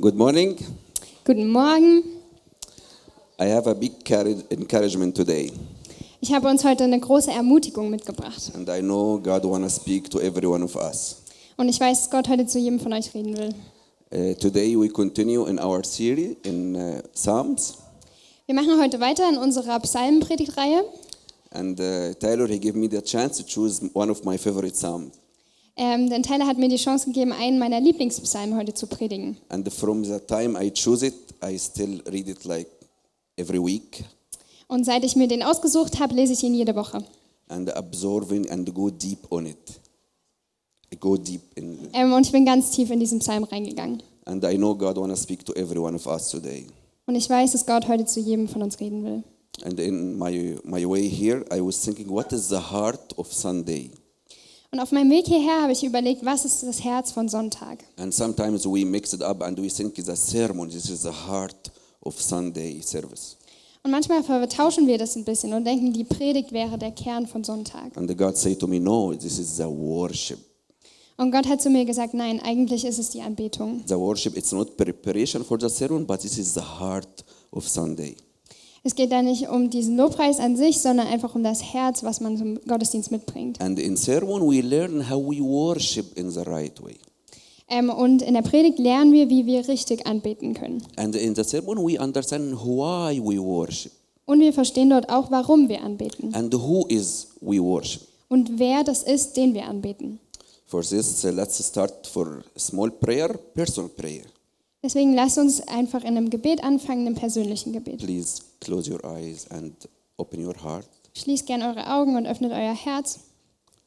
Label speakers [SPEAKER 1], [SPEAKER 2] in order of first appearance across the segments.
[SPEAKER 1] Good morning.
[SPEAKER 2] Guten Morgen.
[SPEAKER 1] I have a big courage- encouragement today,
[SPEAKER 2] Ich habe uns heute eine große Ermutigung mitgebracht.
[SPEAKER 1] and I know God want to speak to every one of us.
[SPEAKER 2] Und ich weiß, dass Gott heute zu jedem von euch reden will.
[SPEAKER 1] Uh, today we continue in our series in uh, Psalms,
[SPEAKER 2] Wir machen heute weiter in unserer Psalmenpredigtreihe.
[SPEAKER 1] and uh, Tyler he gave me the chance to choose one of my favorite psalms,
[SPEAKER 2] Ähm, denn Tyler hat mir die Chance gegeben, einen meiner Lieblingspsalmen heute zu predigen.
[SPEAKER 1] and from the time I choose it, I still read it like every week,
[SPEAKER 2] Und seit ich mir den ausgesucht habe, lese ich ihn jede Woche.
[SPEAKER 1] and absorbing and go deep on it. I go deep in,
[SPEAKER 2] Ähm, und ich bin ganz tief in diesen Psalm reingegangen.
[SPEAKER 1] and I know God want to speak to every one of us today.
[SPEAKER 2] Und ich weiß, dass Gott heute zu jedem von uns reden will.
[SPEAKER 1] And in my, my way here, I was thinking, what is the heart of Sunday?
[SPEAKER 2] Und auf meinem Weg hierher habe ich überlegt, was ist das Herz von Sonntag?
[SPEAKER 1] And sometimes we mix it up and we think the sermon, this is the heart of Sunday service.
[SPEAKER 2] Und manchmal vertauschen wir das ein bisschen und denken, die Predigt wäre der Kern von Sonntag.
[SPEAKER 1] And God said to me, no, this is the worship.
[SPEAKER 2] Und Gott hat zu mir gesagt, nein, eigentlich ist es die Anbetung.
[SPEAKER 1] The worship, it's not preparation for the sermon, but this is the heart of Sunday.
[SPEAKER 2] Es geht da nicht um diesen Lobpreis an sich, sondern einfach um das Herz, was man zum Gottesdienst mitbringt.
[SPEAKER 1] And in sermon, we learn how we worship in the right way.
[SPEAKER 2] Ähm, und in der Predigt lernen wir, wie wir richtig anbeten können.
[SPEAKER 1] And in the sermon, we understand why we worship
[SPEAKER 2] Und wir verstehen dort auch, warum wir anbeten
[SPEAKER 1] and who is we worship.
[SPEAKER 2] und wer das ist, den wir anbeten.
[SPEAKER 1] For this, uh, let's start for small prayer, personal prayer.
[SPEAKER 2] Deswegen lasst uns einfach in einem Gebet anfangen, einem persönlichen Gebet.
[SPEAKER 1] Please close your eyes and open your heart.
[SPEAKER 2] Schließt gern eure Augen und öffnet euer Herz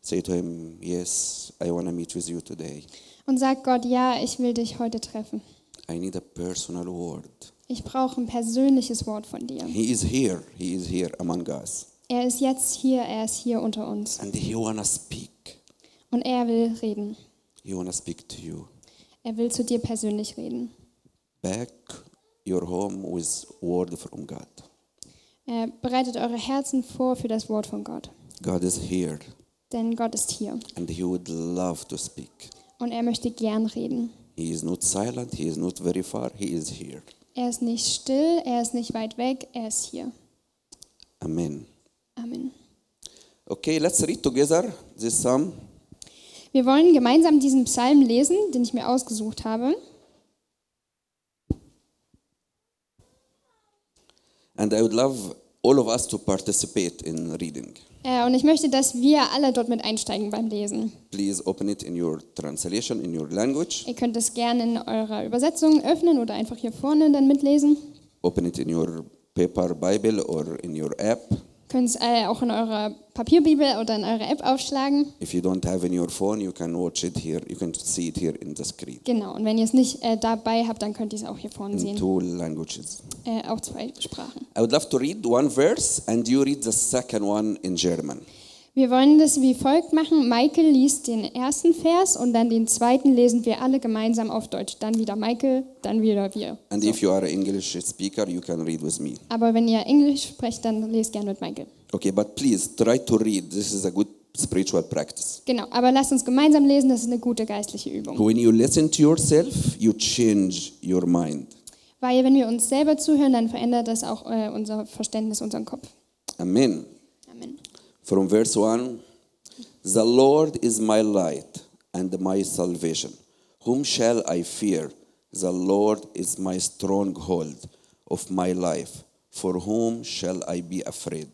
[SPEAKER 1] Say to Him, Yes, I want to meet with you today.
[SPEAKER 2] und sagt Gott, ja, ich will dich heute treffen.
[SPEAKER 1] I need a personal word.
[SPEAKER 2] Ich brauche ein persönliches Wort von dir.
[SPEAKER 1] He is here. He is here among us.
[SPEAKER 2] Er ist jetzt hier, er ist hier unter uns.
[SPEAKER 1] And He want to speak.
[SPEAKER 2] Und er will reden.
[SPEAKER 1] He want to speak to you.
[SPEAKER 2] Er will zu dir persönlich reden.
[SPEAKER 1] Back your home with word from God.
[SPEAKER 2] Er bereitet eure Herzen vor für das Wort von Gott.
[SPEAKER 1] God is here
[SPEAKER 2] Denn Gott ist hier
[SPEAKER 1] and He would love to speak.
[SPEAKER 2] und er möchte gern reden.
[SPEAKER 1] He is not silent. He is not very far. He is here.
[SPEAKER 2] Er ist nicht still, er ist nicht weit weg, er ist hier.
[SPEAKER 1] Amen.
[SPEAKER 2] Amen.
[SPEAKER 1] Okay, let's read together this psalm.
[SPEAKER 2] Wir wollen gemeinsam diesen Psalm lesen, den ich mir ausgesucht habe.
[SPEAKER 1] And I would love all of us to participate in reading.
[SPEAKER 2] Äh, Und ich möchte, dass wir alle dort mit einsteigen beim Lesen.
[SPEAKER 1] Please open it in your translation, in your language.
[SPEAKER 2] Ihr könnt es gerne in eurer Übersetzung öffnen oder einfach hier vorne dann mitlesen.
[SPEAKER 1] Open it in your paper Bible or in your app.
[SPEAKER 2] Könnt es äh, auch in eurer Papierbibel oder in eurer App aufschlagen.
[SPEAKER 1] If you don't have in your phone, you can watch it here. You can see it here in the screen.
[SPEAKER 2] Genau, und wenn ihr es nicht äh, dabei habt, dann könnt ihr es auch hier vorne
[SPEAKER 1] In
[SPEAKER 2] sehen.
[SPEAKER 1] two languages.
[SPEAKER 2] Äh, auch zwei Sprachen.
[SPEAKER 1] I would love to read one verse and you read the second one in German.
[SPEAKER 2] Wir wollen das wie folgt machen. Michael liest den ersten Vers und dann den zweiten lesen wir alle gemeinsam auf Deutsch. Dann wieder Michael, dann wieder wir.
[SPEAKER 1] And if you are an English speaker, you can read with me.
[SPEAKER 2] Aber wenn ihr Englisch sprecht, dann lest gerne mit Michael.
[SPEAKER 1] Okay, but please try to read. This is a good spiritual practice.
[SPEAKER 2] Genau, aber lasst uns gemeinsam lesen, das ist eine gute geistliche Übung.
[SPEAKER 1] When you listen to yourself, you change your mind.
[SPEAKER 2] Weil wenn wir uns selber zuhören, dann verändert das auch äh, unser Verständnis, unseren Kopf.
[SPEAKER 1] Amen.
[SPEAKER 2] Amen.
[SPEAKER 1] From verse 1 The Lord is my light and my salvation. Whom shall I fear? The Lord is my stronghold of my life. For whom shall I be afraid?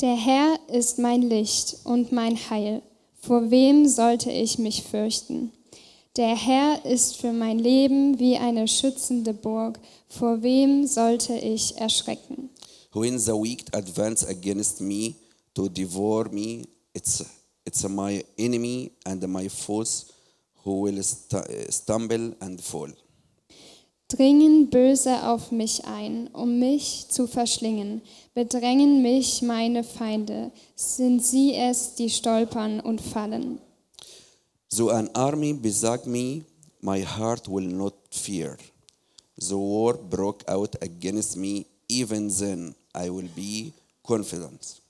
[SPEAKER 2] Der Herr ist mein Licht und mein Heil. Vor wem sollte ich mich fürchten? Der Herr ist für mein Leben wie eine schützende Burg. Vor wem sollte ich erschrecken?
[SPEAKER 1] When the wicked advance against me to devour me, it's, it's my enemy and my foes who will stu- stumble and fall.
[SPEAKER 2] Dringen Böse auf mich ein, um mich zu verschlingen. Bedrängen mich meine Feinde. Sind sie es, die stolpern und fallen?
[SPEAKER 1] Though an army beside me, my heart will not fear. The war broke out against me, even then I will be confident.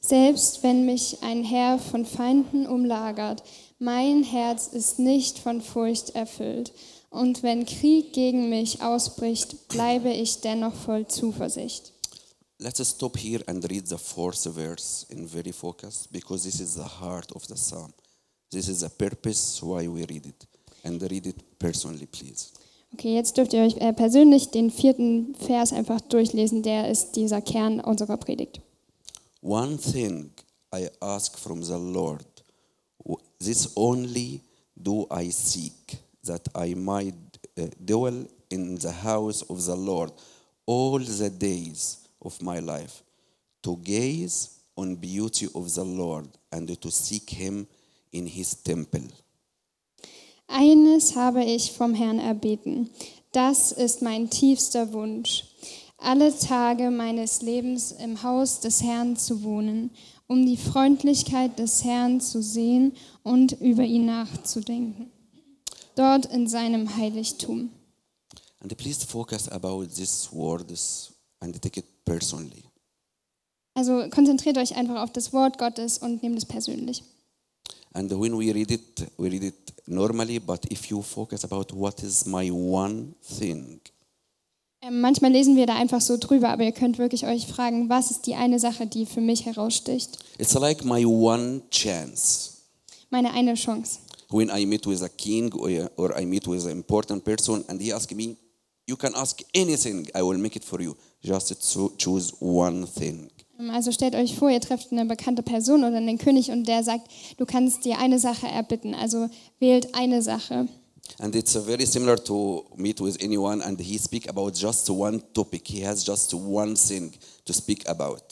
[SPEAKER 2] Selbst wenn mich ein Heer von Feinden umlagert, mein Herz ist nicht von Furcht erfüllt. Und wenn Krieg gegen mich ausbricht, bleibe ich dennoch voll Zuversicht.
[SPEAKER 1] Let's stop here and read the fourth verse in very focus because this is the heart of the psalm. This is the purpose why we read it. And read it personally, please.
[SPEAKER 2] Okay, jetzt dürft ihr euch äh, persönlich den vierten Vers einfach durchlesen. Der ist dieser Kern unserer Predigt.
[SPEAKER 1] One thing I ask from the Lord, w- this only do I seek, that I might uh, dwell in the house of the Lord all the days of my life, to gaze on beauty of the Lord and to seek him in his temple.
[SPEAKER 2] Eines habe ich vom Herrn erbeten. Das ist mein tiefster Wunsch. Alle Tage meines Lebens im Haus des Herrn zu wohnen, um die Freundlichkeit des Herrn zu sehen und über ihn nachzudenken. Dort in seinem Heiligtum.
[SPEAKER 1] And please focus about these words and take it personally.
[SPEAKER 2] Also konzentriert euch einfach auf das Wort Gottes und nehmt es persönlich.
[SPEAKER 1] And when we read it, we read it normally, but if you focus about what is my one thing,
[SPEAKER 2] Ähm, manchmal lesen wir da einfach so drüber, aber ihr könnt wirklich euch fragen, was ist die eine Sache, die für mich heraussticht?
[SPEAKER 1] it's like my one chance.
[SPEAKER 2] Meine eine Chance.
[SPEAKER 1] When I meet with a king or, or I meet with an important person and he asks me, you can ask anything, I will make it for you. Just to choose one thing.
[SPEAKER 2] Also stellt euch vor, ihr trefft eine bekannte Person oder einen König und der sagt, du kannst dir eine Sache erbitten. Also wählt eine Sache.
[SPEAKER 1] And it's uh, very similar to meet with anyone and he speak about just one topic. He has just one thing to speak about.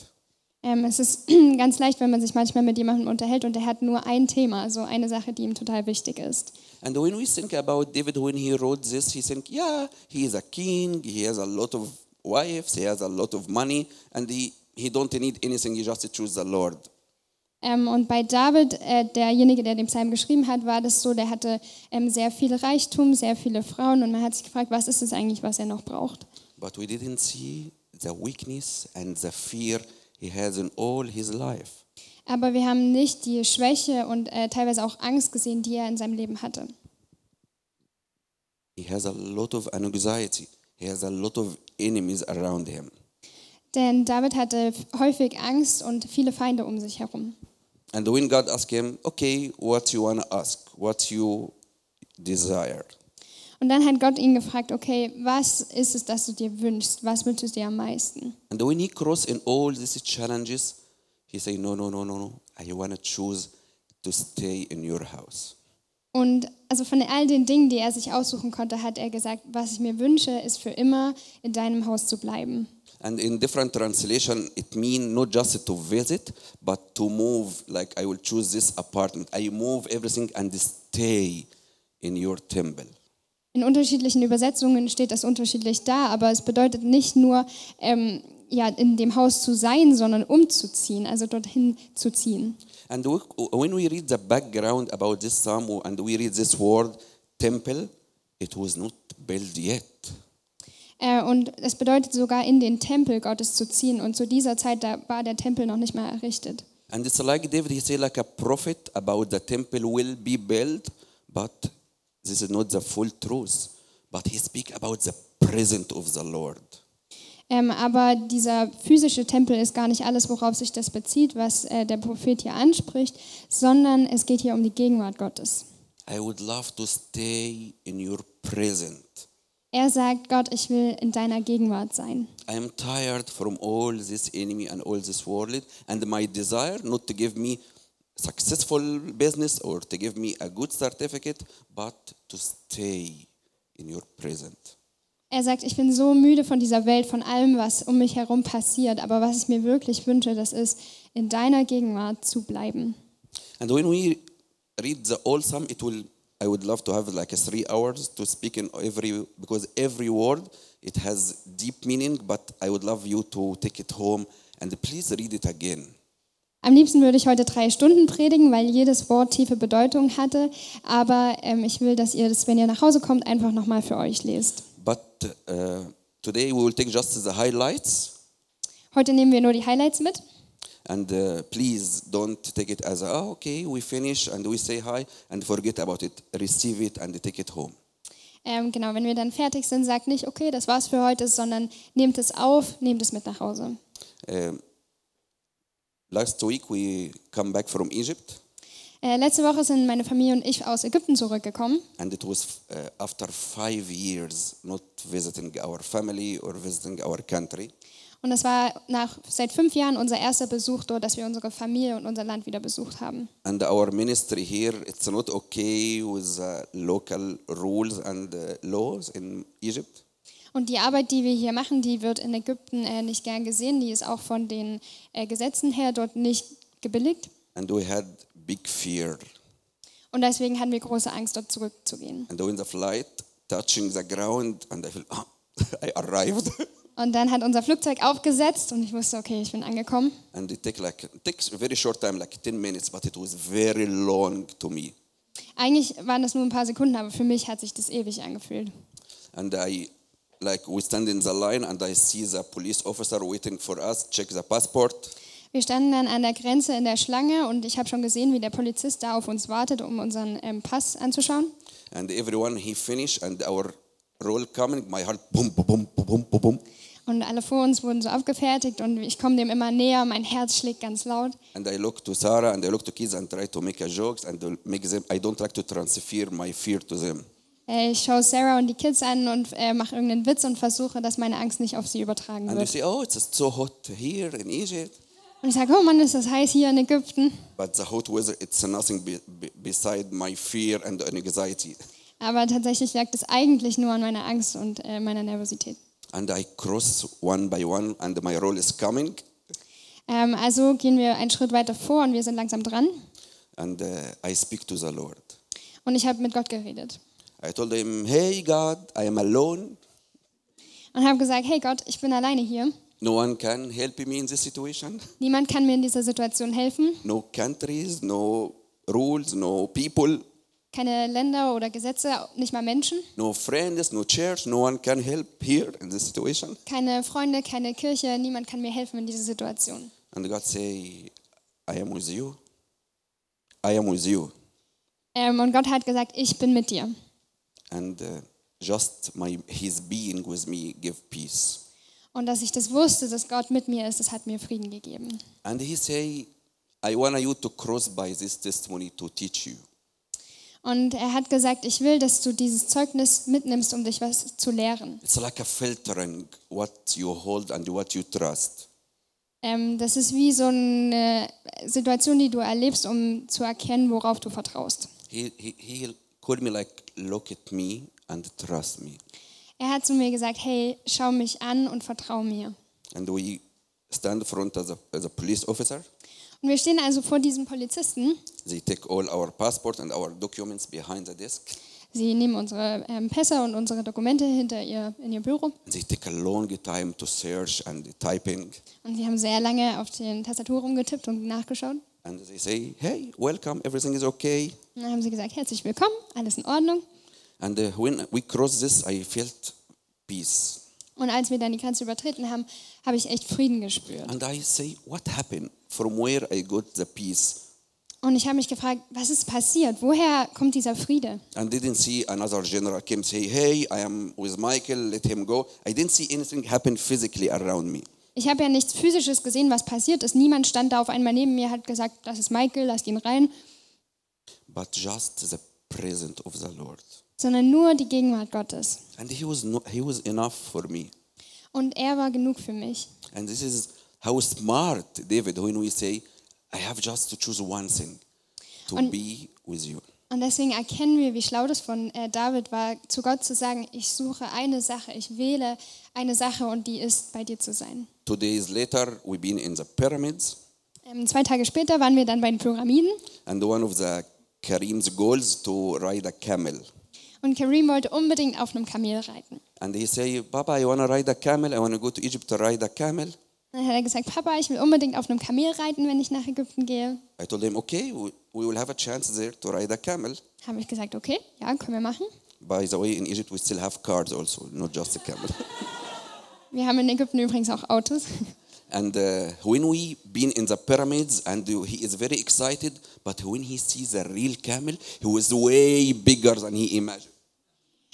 [SPEAKER 2] Ähm, es ist ganz leicht, wenn man sich manchmal mit jemandem unterhält und der hat nur ein Thema, also eine Sache, die ihm total wichtig ist.
[SPEAKER 1] And when we think about David, when he wrote this, he think, yeah, he is a king, he has a lot of wives, he has a lot of money, and he, he don't need anything, he just choose the Lord.
[SPEAKER 2] Ähm, und bei David, äh, derjenige, der den Psalm geschrieben hat, war das so, der hatte ähm, sehr viel Reichtum, sehr viele Frauen und man hat sich gefragt, was ist es eigentlich, was er noch braucht?
[SPEAKER 1] But we didn't see the weakness and the fear he has in all his life.
[SPEAKER 2] Aber wir haben nicht die Schwäche und äh, teilweise auch Angst gesehen, die er in seinem Leben hatte.
[SPEAKER 1] He has a lot of anxiety, he has a lot of enemies around him.
[SPEAKER 2] Denn David hatte häufig Angst und viele Feinde um sich herum.
[SPEAKER 1] And when God asked him, okay, what you want to ask, what you desire,
[SPEAKER 2] Und dann hat Gott ihn gefragt, okay, was ist es, das du dir wünschst? Was wünschst du dir am meisten?
[SPEAKER 1] And when he crossed in all these challenges, he said, No, no, no, no, no. I want to choose to stay in your house.
[SPEAKER 2] Und also von all den Dingen, die er sich aussuchen konnte, hat er gesagt, was ich mir wünsche, ist für immer in deinem Haus zu bleiben.
[SPEAKER 1] And in different translation, it means not just to visit, but to move. Like I will choose this apartment. I move everything and stay in your temple.
[SPEAKER 2] In unterschiedlichen Übersetzungen steht das unterschiedlich da, aber es bedeutet nicht nur, ähm, ja, in dem Haus zu sein, sondern umzuziehen, also dorthin zu ziehen.
[SPEAKER 1] And we, when we read the background about this psalm and we read this word temple, it was not built yet.
[SPEAKER 2] Äh, und es bedeutet sogar, in den Tempel Gottes zu ziehen. Und zu dieser Zeit da war der Tempel noch nicht mal errichtet.
[SPEAKER 1] And it's like David, he say like a prophet about the temple will be built, but this is not the full truth. But he speak about the presence of the Lord.
[SPEAKER 2] Ähm, aber dieser physische Tempel ist gar nicht alles, worauf sich das bezieht, was äh, der Prophet hier anspricht, sondern es geht hier um die Gegenwart Gottes.
[SPEAKER 1] I would love to stay in your presence.
[SPEAKER 2] Er sagt, Gott, ich will in deiner Gegenwart sein.
[SPEAKER 1] I am tired from all this enemy and all this world, and my desire not to give me successful business or to give me a good certificate, but to stay in your presence.
[SPEAKER 2] Er sagt, ich bin so müde von dieser Welt, von allem, was um mich herum passiert, aber was ich mir wirklich wünsche, das ist, in deiner Gegenwart zu bleiben.
[SPEAKER 1] And when we read the whole psalm, it will. I would love to have like a three hours to speak in every because every word it has deep meaning. But I would love you to take it home and please read it again.
[SPEAKER 2] Am liebsten würde ich heute drei Stunden predigen, weil jedes Wort tiefe Bedeutung hatte. Aber ähm, ich will, dass ihr das, wenn ihr nach Hause kommt, einfach nochmal für euch lest.
[SPEAKER 1] But uh, today we will take just the highlights
[SPEAKER 2] Heute nehmen wir nur die Highlights mit.
[SPEAKER 1] and uh, please don't take it as oh okay we finish and we say hi and forget about it. Receive it and take it home.
[SPEAKER 2] Ähm, genau, wenn wir dann fertig sind, sagt nicht, okay, das war's für heute, sondern nehmt es auf, nehmt es mit nach Hause.
[SPEAKER 1] Um, last week we come back from Egypt,
[SPEAKER 2] Äh, letzte Woche sind meine Familie und ich aus Ägypten zurückgekommen.
[SPEAKER 1] and it was uh, after five years not visiting our family or visiting our country.
[SPEAKER 2] Und das war nach, seit fünf Jahren unser erster Besuch dort, dass wir unsere Familie und unser Land wieder besucht haben.
[SPEAKER 1] And our ministry here, it's not okay with uh, local rules and uh, laws in Egypt.
[SPEAKER 2] Und die Arbeit, die wir hier machen, die wird in Ägypten äh, nicht gern gesehen. Die ist auch von den äh, Gesetzen her dort nicht gebilligt.
[SPEAKER 1] And we had big fear.
[SPEAKER 2] Und deswegen hatten wir große Angst, dort zurückzugehen.
[SPEAKER 1] And when the flight touching the ground, and I feel, oh, I arrived.
[SPEAKER 2] Und dann hat unser Flugzeug aufgesetzt und ich wusste, okay, ich bin angekommen.
[SPEAKER 1] and it take like it takes a very short time, like 10 minutes, but it was very long to me.
[SPEAKER 2] Eigentlich waren das nur ein paar Sekunden, aber für mich hat sich das ewig angefühlt.
[SPEAKER 1] And I, like, we stand in the line, and I see the police officer waiting for us, check the passport.
[SPEAKER 2] Wir standen dann an der Grenze in der Schlange und ich habe schon gesehen, wie der Polizist da auf uns wartet, um unseren ähm, Pass anzuschauen.
[SPEAKER 1] And everyone he finished, and our roll coming, my heart boom, boom, boom, boom, boom, boom, boom.
[SPEAKER 2] Und alle vor uns wurden so abgefertigt und ich komme dem immer näher, mein Herz schlägt ganz laut.
[SPEAKER 1] And I look to Sarah and I look to kids and try to make a jokes and to make them. I don't like to transfer my fear to them.
[SPEAKER 2] Äh, Ich schaue Sarah und die Kids an und äh, mache irgendeinen Witz und versuche, dass meine Angst nicht auf sie übertragen
[SPEAKER 1] And they
[SPEAKER 2] wird.
[SPEAKER 1] say, "Oh, it's so hot here in Egypt."
[SPEAKER 2] Und ich sage, oh Mann, ist das heiß hier in Ägypten.
[SPEAKER 1] But the hot weather, it's nothing be, be, beside my fear and anxiety.
[SPEAKER 2] Aber tatsächlich lag das eigentlich nur an meiner Angst und äh, meiner Nervosität.
[SPEAKER 1] And I cross one by one, and my roll is coming,
[SPEAKER 2] Ähm, also gehen wir einen Schritt weiter vor und wir sind langsam dran.
[SPEAKER 1] and uh, I speak to the Lord.
[SPEAKER 2] Und ich habe mit Gott geredet.
[SPEAKER 1] I told him, "Hey God, I am alone.
[SPEAKER 2] Und habe gesagt, hey Gott, ich bin alleine hier.
[SPEAKER 1] No one can help me in this situation.
[SPEAKER 2] Niemand kann mir in dieser Situation helfen.
[SPEAKER 1] No countries, no rules, no people,
[SPEAKER 2] Keine Länder oder Gesetze, nicht mal Menschen.
[SPEAKER 1] no friends, no church. No one can help here in this situation."
[SPEAKER 2] Keine Freunde, keine Kirche. Niemand kann mir helfen in dieser Situation.
[SPEAKER 1] And God say, "I am with you. I am with you."
[SPEAKER 2] Ähm, und Gott hat gesagt, ich bin mit dir.
[SPEAKER 1] and uh, just my his being with me give peace
[SPEAKER 2] Und dass ich das wusste, dass Gott mit mir ist, das hat mir Frieden gegeben.
[SPEAKER 1] and he say i want you to cross by this testimony to teach you
[SPEAKER 2] Und er hat gesagt, ich will, dass du dieses Zeugnis mitnimmst, um dich was zu lehren.
[SPEAKER 1] it's like a filtering what you hold and what you trust
[SPEAKER 2] Ähm, das ist wie so eine Situation, die du erlebst, um zu erkennen, worauf du vertraust.
[SPEAKER 1] he he, he called me like look at me and trust me
[SPEAKER 2] Er hat zu mir gesagt, hey, schau mich an und vertrau mir.
[SPEAKER 1] and we stand in front of the, the police officer
[SPEAKER 2] Und wir stehen also vor diesem Polizisten.
[SPEAKER 1] they take all our passport and our documents behind the desk
[SPEAKER 2] Sie nehmen unsere ähm, Pässe und unsere Dokumente hinter ihr in ihr Büro
[SPEAKER 1] they take a long time to search and typing
[SPEAKER 2] und sie haben sehr lange auf den Tastatur rumgetippt und nachgeschaut.
[SPEAKER 1] and they say hey welcome everything is okay
[SPEAKER 2] Und dann haben sie gesagt, herzlich willkommen, alles in Ordnung.
[SPEAKER 1] And uh, when we crossed this, I felt peace.
[SPEAKER 2] Und als wir dann die Grenze übertreten haben, habe ich echt Frieden gespürt.
[SPEAKER 1] And I say, what happened? From where I got the peace?
[SPEAKER 2] Und ich habe mich gefragt, was ist passiert? Woher kommt dieser Friede?
[SPEAKER 1] And didn't see another general came say, hey, I am with Michael, let him go. I didn't see anything happen physically around me.
[SPEAKER 2] Ich habe ja nichts Physisches gesehen, was passiert ist. Niemand stand da auf einmal neben mir, hat gesagt, das ist Michael, lasst ihn rein,
[SPEAKER 1] But just the presence of the Lord.
[SPEAKER 2] sondern nur die Gegenwart Gottes.
[SPEAKER 1] And he was, no, he was enough for me.
[SPEAKER 2] Und er war genug für mich.
[SPEAKER 1] And this is how smart David when we say, I have just to choose one thing, to be with you.
[SPEAKER 2] Und deswegen erkennen wir, wie schlau das von äh, David war, zu Gott zu sagen, ich suche eine Sache, ich wähle eine Sache und die ist, bei dir zu sein.
[SPEAKER 1] Two days later, we've been in the pyramids.
[SPEAKER 2] Ähm, zwei Tage später waren wir dann bei den Pyramiden
[SPEAKER 1] And one of the Karim's goals to ride a camel.
[SPEAKER 2] und Kareem wollte unbedingt auf einem Kamel reiten.
[SPEAKER 1] And he say, Papa, I want to ride a camel. I want to go to Egypt to ride a camel.
[SPEAKER 2] Dann hat er gesagt, Papa, ich will unbedingt auf einem Kamel reiten, wenn ich nach Ägypten gehe.
[SPEAKER 1] I told him, okay, we we will have a chance there to ride a camel.
[SPEAKER 2] Habe ich gesagt, okay, ja, können wir machen.
[SPEAKER 1] By the way, in Egypt we still have cars also, not just a camel.
[SPEAKER 2] Wir haben in Ägypten übrigens auch Autos.
[SPEAKER 1] and uh, when we been in the pyramids, and he is very excited, but when he sees a real camel, he was way bigger than he imagined.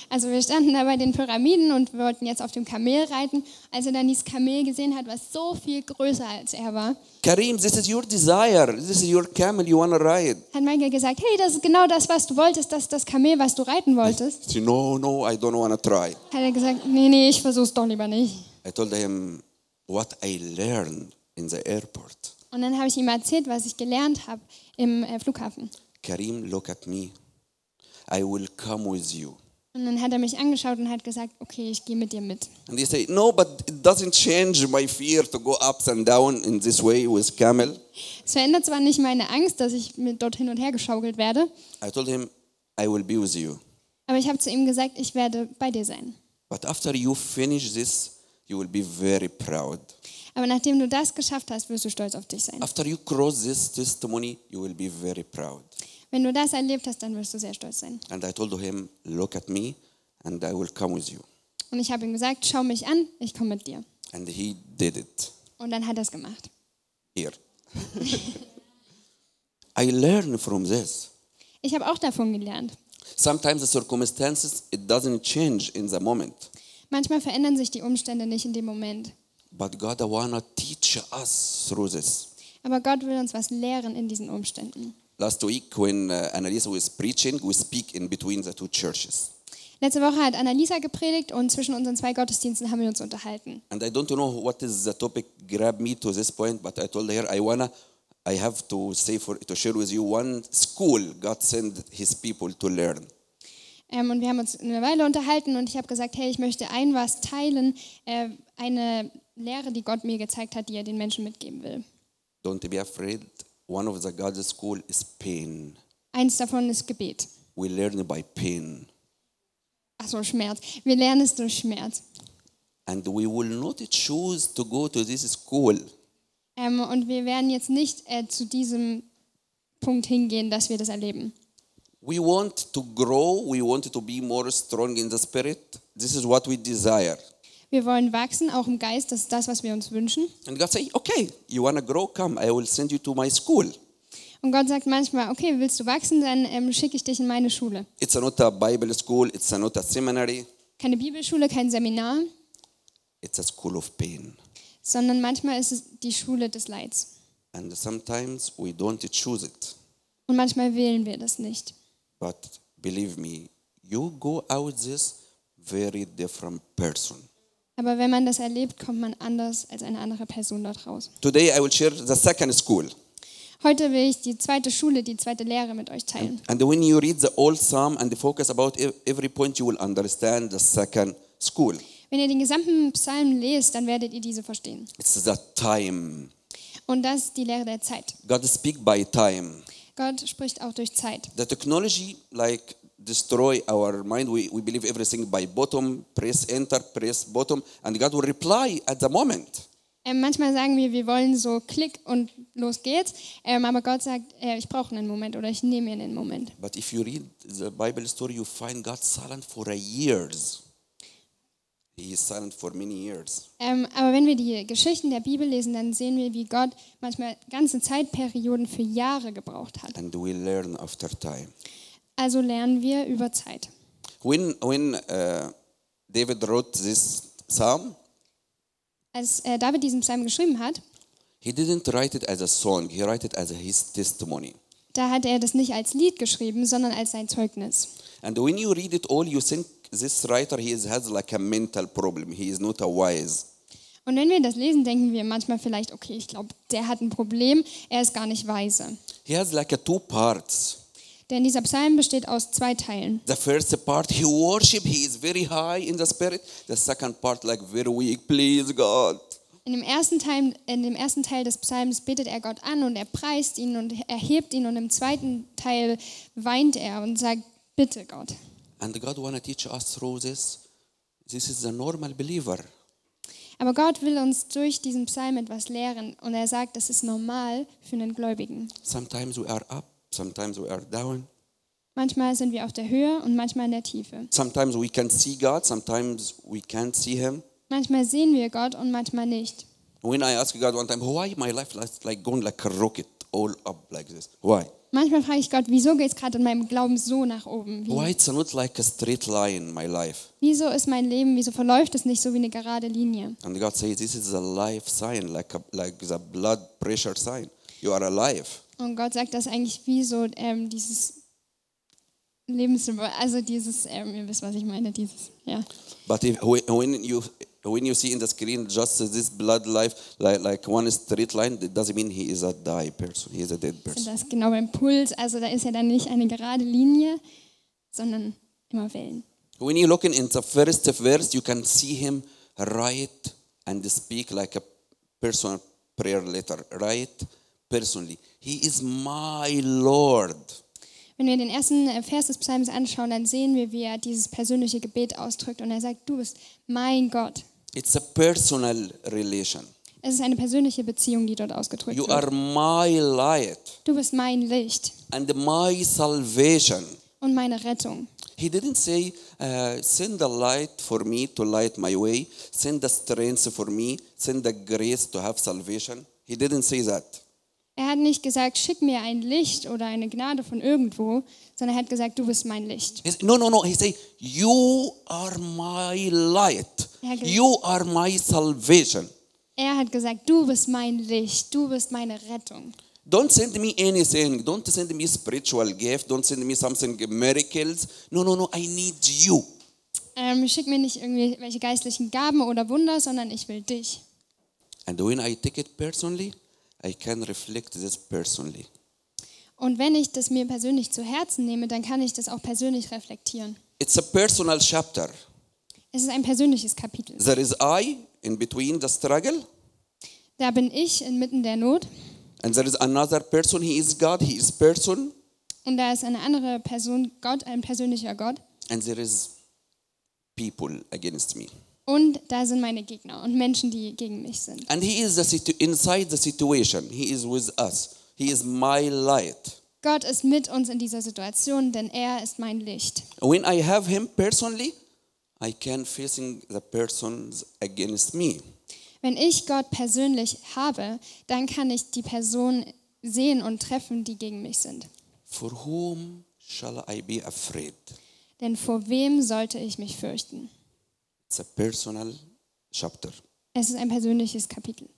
[SPEAKER 2] Also wir standen da bei den Pyramiden und wollten jetzt auf dem Kamel reiten, als er dann dieses Kamel gesehen hat, was so viel größer als er war.
[SPEAKER 1] Kareem, this is your desire. This is your camel you want to ride.
[SPEAKER 2] Hat Michael gesagt, hey, das ist genau das, was du wolltest, das ist das Kamel, was du reiten wolltest.
[SPEAKER 1] He said, no, no, I don't want to try.
[SPEAKER 2] Hat er gesagt, nee, nee, ich versuch's doch lieber nicht.
[SPEAKER 1] I told him what I learned in the airport.
[SPEAKER 2] Und dann habe ich ihm erzählt, was ich gelernt habe im äh, Flughafen.
[SPEAKER 1] Kareem, look at me. I will come with you.
[SPEAKER 2] Und dann hat er mich angeschaut und hat gesagt, okay, ich gehe mit dir mit.
[SPEAKER 1] And he said, no, but it doesn't change my fear to go ups and down in this way with camel.
[SPEAKER 2] Es verändert zwar nicht meine Angst, dass ich mit dort hin und her geschaukelt werde,
[SPEAKER 1] I told him, I will be with you.
[SPEAKER 2] aber ich habe zu ihm gesagt, ich werde bei dir sein.
[SPEAKER 1] But after you finish this, you will be very proud.
[SPEAKER 2] Aber nachdem du das geschafft hast, wirst du stolz auf dich sein.
[SPEAKER 1] After you cross this testimony, you will be very proud.
[SPEAKER 2] Wenn du das erlebt hast, dann wirst du sehr stolz sein.
[SPEAKER 1] And I told him, look at me, and I will come with you.
[SPEAKER 2] Und ich habe ihm gesagt, schau mich an, ich komme mit dir.
[SPEAKER 1] And he did it
[SPEAKER 2] Und dann hat er es gemacht.
[SPEAKER 1] here. I learned from this.
[SPEAKER 2] Ich habe auch davon gelernt.
[SPEAKER 1] Sometimes the circumstances, it doesn't change in the moment.
[SPEAKER 2] Manchmal verändern sich die Umstände nicht in dem Moment.
[SPEAKER 1] But God wanna teach us through this.
[SPEAKER 2] Aber Gott will uns was lehren in diesen Umständen.
[SPEAKER 1] Last week when uh, Annalisa was preaching, we speak in between the two churches.
[SPEAKER 2] Letzte Woche hat Annalisa gepredigt und zwischen unseren zwei Gottesdiensten haben wir uns unterhalten.
[SPEAKER 1] And I don't know what is the topic grabbed me to this point, but I told her I wanna, I have to say for to share with you one school God sent His people to learn.
[SPEAKER 2] Ähm, und wir haben uns eine Weile unterhalten und ich habe gesagt, hey, ich möchte ein was teilen, äh, eine Lehre, die Gott mir gezeigt hat, die er den Menschen mitgeben will.
[SPEAKER 1] Don't be afraid. One of the God's school is pain.
[SPEAKER 2] Eins davon ist Gebet.
[SPEAKER 1] We learn by pain,
[SPEAKER 2] Ach so, Schmerz. Wir lernen es durch Schmerz.
[SPEAKER 1] and we will not choose to go to this school
[SPEAKER 2] Ähm, und wir werden jetzt nicht äh, zu diesem Punkt hingehen, dass wir das erleben.
[SPEAKER 1] We want to grow. We want to be more strong in the spirit. This is what we desire.
[SPEAKER 2] Wir wollen wachsen, auch im Geist, das ist das, was wir uns wünschen.
[SPEAKER 1] And God say, okay, you want to grow? Come, I will send you to my school.
[SPEAKER 2] Und Gott sagt manchmal, okay, willst du wachsen, dann ähm, schicke ich dich in meine Schule.
[SPEAKER 1] It's not a Bible school. It's not a seminary.
[SPEAKER 2] Keine Bibelschule, kein Seminar,
[SPEAKER 1] It's a school of pain.
[SPEAKER 2] sondern manchmal ist es die Schule des Leids.
[SPEAKER 1] And sometimes we don't choose it.
[SPEAKER 2] Und manchmal wählen wir das nicht.
[SPEAKER 1] But believe me, you go out this very different person.
[SPEAKER 2] Aber wenn man das erlebt, kommt man anders als eine andere Person dort raus.
[SPEAKER 1] Today I will share the second school.
[SPEAKER 2] Heute will ich die zweite Schule, die zweite Lehre mit euch teilen.
[SPEAKER 1] And when you read the old psalm and focus about ev- every point, you will understand the second school.
[SPEAKER 2] Wenn ihr den gesamten Psalm lest, dann werdet ihr diese verstehen.
[SPEAKER 1] It's the time.
[SPEAKER 2] Und das ist die Lehre der Zeit.
[SPEAKER 1] God speak by time.
[SPEAKER 2] Gott spricht auch durch Zeit.
[SPEAKER 1] The technology like destroy our mind. We, we believe everything by bottom, press enter, press bottom, and God will reply at the moment.
[SPEAKER 2] Ähm, manchmal sagen wir, wir wollen so Klick und los geht's. Ähm, aber Gott sagt, äh, ich brauche einen Moment oder ich nehme mir einen Moment.
[SPEAKER 1] But if you read the Bible story, you find God silent for a years. He is silent for many years.
[SPEAKER 2] Ähm, aber wenn wir die Geschichten der Bibel lesen, dann sehen wir, wie Gott manchmal ganze Zeitperioden für Jahre gebraucht hat.
[SPEAKER 1] And we learn after time.
[SPEAKER 2] Also lernen wir über Zeit.
[SPEAKER 1] When, when uh, David wrote this psalm,
[SPEAKER 2] Als äh, David diesen Psalm geschrieben hat,
[SPEAKER 1] he didn't write it as a song. He wrote it as his testimony.
[SPEAKER 2] da hat er das nicht als Lied geschrieben, sondern als sein Zeugnis.
[SPEAKER 1] And when you read it all, you think this writer he is, has like a mental problem. He is not a wise.
[SPEAKER 2] Und wenn wir das lesen, denken wir manchmal vielleicht, okay, ich glaube, der hat ein Problem, er ist gar nicht weise.
[SPEAKER 1] He has like a two parts.
[SPEAKER 2] Denn dieser Psalm besteht aus zwei Teilen.
[SPEAKER 1] The first part he worship. He is very high in the spirit. The second part like very weak. Please God.
[SPEAKER 2] In dem ersten Teil, in dem ersten Teil des Psalms betet er Gott an und er preist ihn und erhebt ihn und im zweiten Teil weint er und sagt, bitte Gott.
[SPEAKER 1] And God wanna teach us through this. This is the normal believer.
[SPEAKER 2] Aber Gott will uns durch diesen Psalm etwas lehren und er sagt, das ist normal für einen Gläubigen.
[SPEAKER 1] Sometimes we are up. Sometimes we are down.
[SPEAKER 2] Manchmal sind wir auf der Höhe und manchmal in der Tiefe.
[SPEAKER 1] Sometimes we can see God. Sometimes we can't see Him.
[SPEAKER 2] Manchmal sehen wir Gott und manchmal nicht.
[SPEAKER 1] When I asked God one time, why my life is like going like a rocket all up like this? Why?
[SPEAKER 2] Manchmal frage ich Gott, wieso geht es gerade in meinem Glauben so nach oben? Wie,
[SPEAKER 1] Why it's not like a straight line in my life?
[SPEAKER 2] wieso ist mein Leben, wieso verläuft es nicht so wie eine gerade Linie?
[SPEAKER 1] And God says, this is a life sign, like a, like the blood pressure sign. You are alive.
[SPEAKER 2] Und Gott sagt das eigentlich wie so ähm, dieses Lebenssymbol, also dieses, ähm, ihr wisst, was ich meine, dieses, ja.
[SPEAKER 1] But if, when when you when you see in the screen just this blood life, like, like one straight line, it doesn't mean he is a die person. He is a dead
[SPEAKER 2] Und
[SPEAKER 1] person.
[SPEAKER 2] Das ist genau beim Puls, also da ist ja dann nicht eine gerade Linie, sondern immer Wellen.
[SPEAKER 1] When you look in, in the first verse, you can see him write and speak like a personal prayer letter. Write personally. He is my Lord.
[SPEAKER 2] Wenn wir den ersten äh, Vers des Psalms anschauen, dann sehen wir, wie er dieses persönliche Gebet ausdrückt und er sagt, du bist mein Gott.
[SPEAKER 1] It's a personal relation.
[SPEAKER 2] Es ist eine persönliche Beziehung, die dort ausgedrückt
[SPEAKER 1] You
[SPEAKER 2] wird.
[SPEAKER 1] are my light
[SPEAKER 2] Du bist mein Licht
[SPEAKER 1] and my salvation.
[SPEAKER 2] und meine Rettung.
[SPEAKER 1] He didn't say, uh, send a light for me to light my way, send the strength for me, send the grace to have salvation. He didn't say that.
[SPEAKER 2] Er hat nicht gesagt, schick mir ein Licht oder eine Gnade von irgendwo, sondern er hat gesagt, du bist mein Licht.
[SPEAKER 1] He said- no, no, no. He said, You are my light.
[SPEAKER 2] Yeah, good.
[SPEAKER 1] You are my salvation.
[SPEAKER 2] Er hat gesagt, du bist mein Licht, du bist meine Rettung.
[SPEAKER 1] Don't send me anything. Don't send me spiritual gift. Don't send me something miracles. No, no, no. I need you.
[SPEAKER 2] Ähm, schick mir nicht irgendwelche geistlichen Gaben oder Wunder, sondern ich will dich.
[SPEAKER 1] And when I take it personally, I can reflect this personally.
[SPEAKER 2] Und wenn ich das mir persönlich zu Herzen nehme, dann kann ich das auch persönlich reflektieren.
[SPEAKER 1] It's a personal chapter.
[SPEAKER 2] Es ist ein persönliches Kapitel.
[SPEAKER 1] There is I in between the struggle,
[SPEAKER 2] Da bin ich inmitten der Not
[SPEAKER 1] and there is another person. He is God. He is person,
[SPEAKER 2] und da ist eine andere Person, Gott, ein persönlicher Gott.
[SPEAKER 1] and there is people against me.
[SPEAKER 2] Und da sind meine Gegner und Menschen, die gegen mich sind.
[SPEAKER 1] And he is the situ- inside the situation. He is with us. He is my light.
[SPEAKER 2] Gott ist mit uns in dieser Situation, denn er ist mein Licht.
[SPEAKER 1] When I have him personally, I can facing the persons against me.
[SPEAKER 2] Wenn ich Gott persönlich habe, dann kann ich die Person sehen und treffen, die gegen mich sind.
[SPEAKER 1] For whom shall I be afraid?
[SPEAKER 2] Denn vor wem sollte ich mich fürchten?
[SPEAKER 1] It's a personal chapter.
[SPEAKER 2] Es ist ein persönliches Kapitel.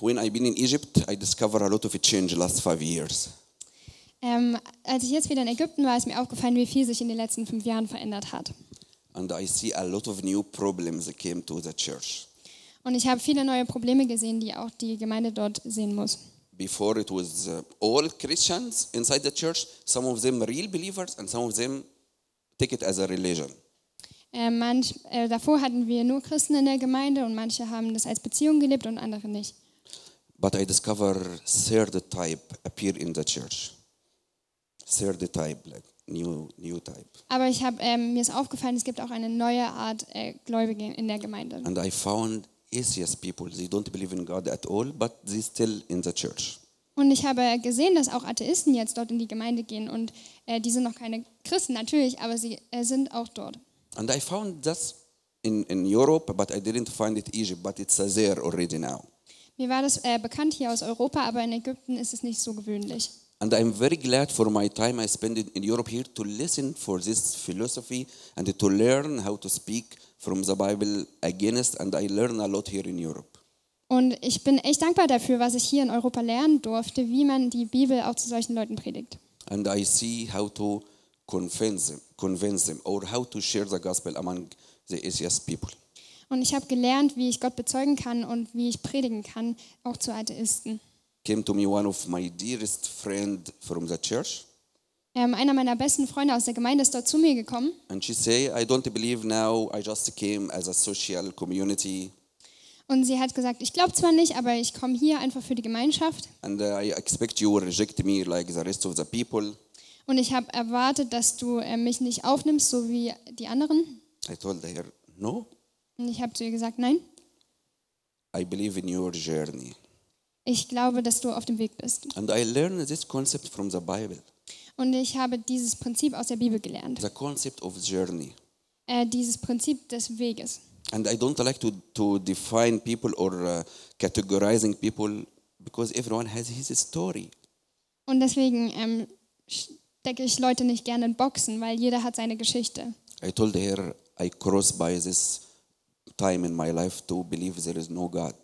[SPEAKER 1] When I've been in Egypt, I discovered a lot of change last five years.
[SPEAKER 2] Ähm, als ich jetzt wieder in Ägypten war, ist mir aufgefallen, wie viel sich in den letzten fünf Jahren verändert hat.
[SPEAKER 1] And I see a lot of new problems that came to the church.
[SPEAKER 2] Und ich habe viele neue Probleme gesehen, die auch die Gemeinde dort sehen muss.
[SPEAKER 1] Before it was uh, all Christians inside the church, some of them real believers and some of them take it as a religion.
[SPEAKER 2] Äh, manch, äh, davor hatten wir nur Christen in der Gemeinde und manche haben das als Beziehung gelebt und andere nicht.
[SPEAKER 1] But I discover third type appear in the church. Third type, like new new type.
[SPEAKER 2] Aber ich hab, ähm, mir ist aufgefallen, es gibt auch eine neue Art äh, Gläubige in der Gemeinde.
[SPEAKER 1] And I found atheist people. They don't believe in God at all, but they still in the church.
[SPEAKER 2] Und ich habe gesehen, dass auch Atheisten jetzt dort in die Gemeinde gehen und äh, die sind noch keine Christen natürlich, aber sie äh, sind auch dort.
[SPEAKER 1] And I found that in, in Europe, but I didn't find it Egypt, but it's uh, there already now.
[SPEAKER 2] Mir war das äh, bekannt hier aus Europa, aber in Ägypten ist es nicht so gewöhnlich.
[SPEAKER 1] And I'm very glad for my time I spent in in Europe here to listen for this philosophy and to learn how to speak from the Bible against. And I learn a lot here in Europe.
[SPEAKER 2] Und ich bin echt dankbar dafür, was ich hier in Europa lernen durfte, wie man die Bibel auch zu solchen Leuten predigt.
[SPEAKER 1] and I see how to convince them, convince them, or how to share the gospel among the atheist people.
[SPEAKER 2] Und ich habe gelernt, wie ich Gott bezeugen kann und wie ich predigen kann, auch zu Atheisten.
[SPEAKER 1] Came to me one of my dearest friend from the church,
[SPEAKER 2] Ähm, einer meiner besten Freunde aus der Gemeinde ist dort zu mir gekommen
[SPEAKER 1] and she say, "I don't believe now. I just came as a social community,
[SPEAKER 2] und sie hat gesagt, ich glaube zwar nicht, aber ich komme hier einfach für die Gemeinschaft.
[SPEAKER 1] and uh, I expect you will reject me like the rest of the people."
[SPEAKER 2] Und ich habe erwartet, dass du äh, mich nicht aufnimmst, so wie die anderen.
[SPEAKER 1] I told her, "No,
[SPEAKER 2] Und ich habe zu ihr gesagt, nein,
[SPEAKER 1] I believe in your journey."
[SPEAKER 2] ich glaube, dass du auf dem Weg bist.
[SPEAKER 1] And I learned this concept from the Bible,
[SPEAKER 2] Und ich habe dieses Prinzip aus der Bibel gelernt.
[SPEAKER 1] the concept of journey.
[SPEAKER 2] Äh, dieses Prinzip des Weges.
[SPEAKER 1] And I don't like to, to define people or uh, categorizing people because everyone has his story.
[SPEAKER 2] Und deswegen ähm, stecke ich Leute nicht gerne in Boxen, weil jeder hat seine Geschichte.
[SPEAKER 1] I told her I crossed by this time in my life to believe there is no God.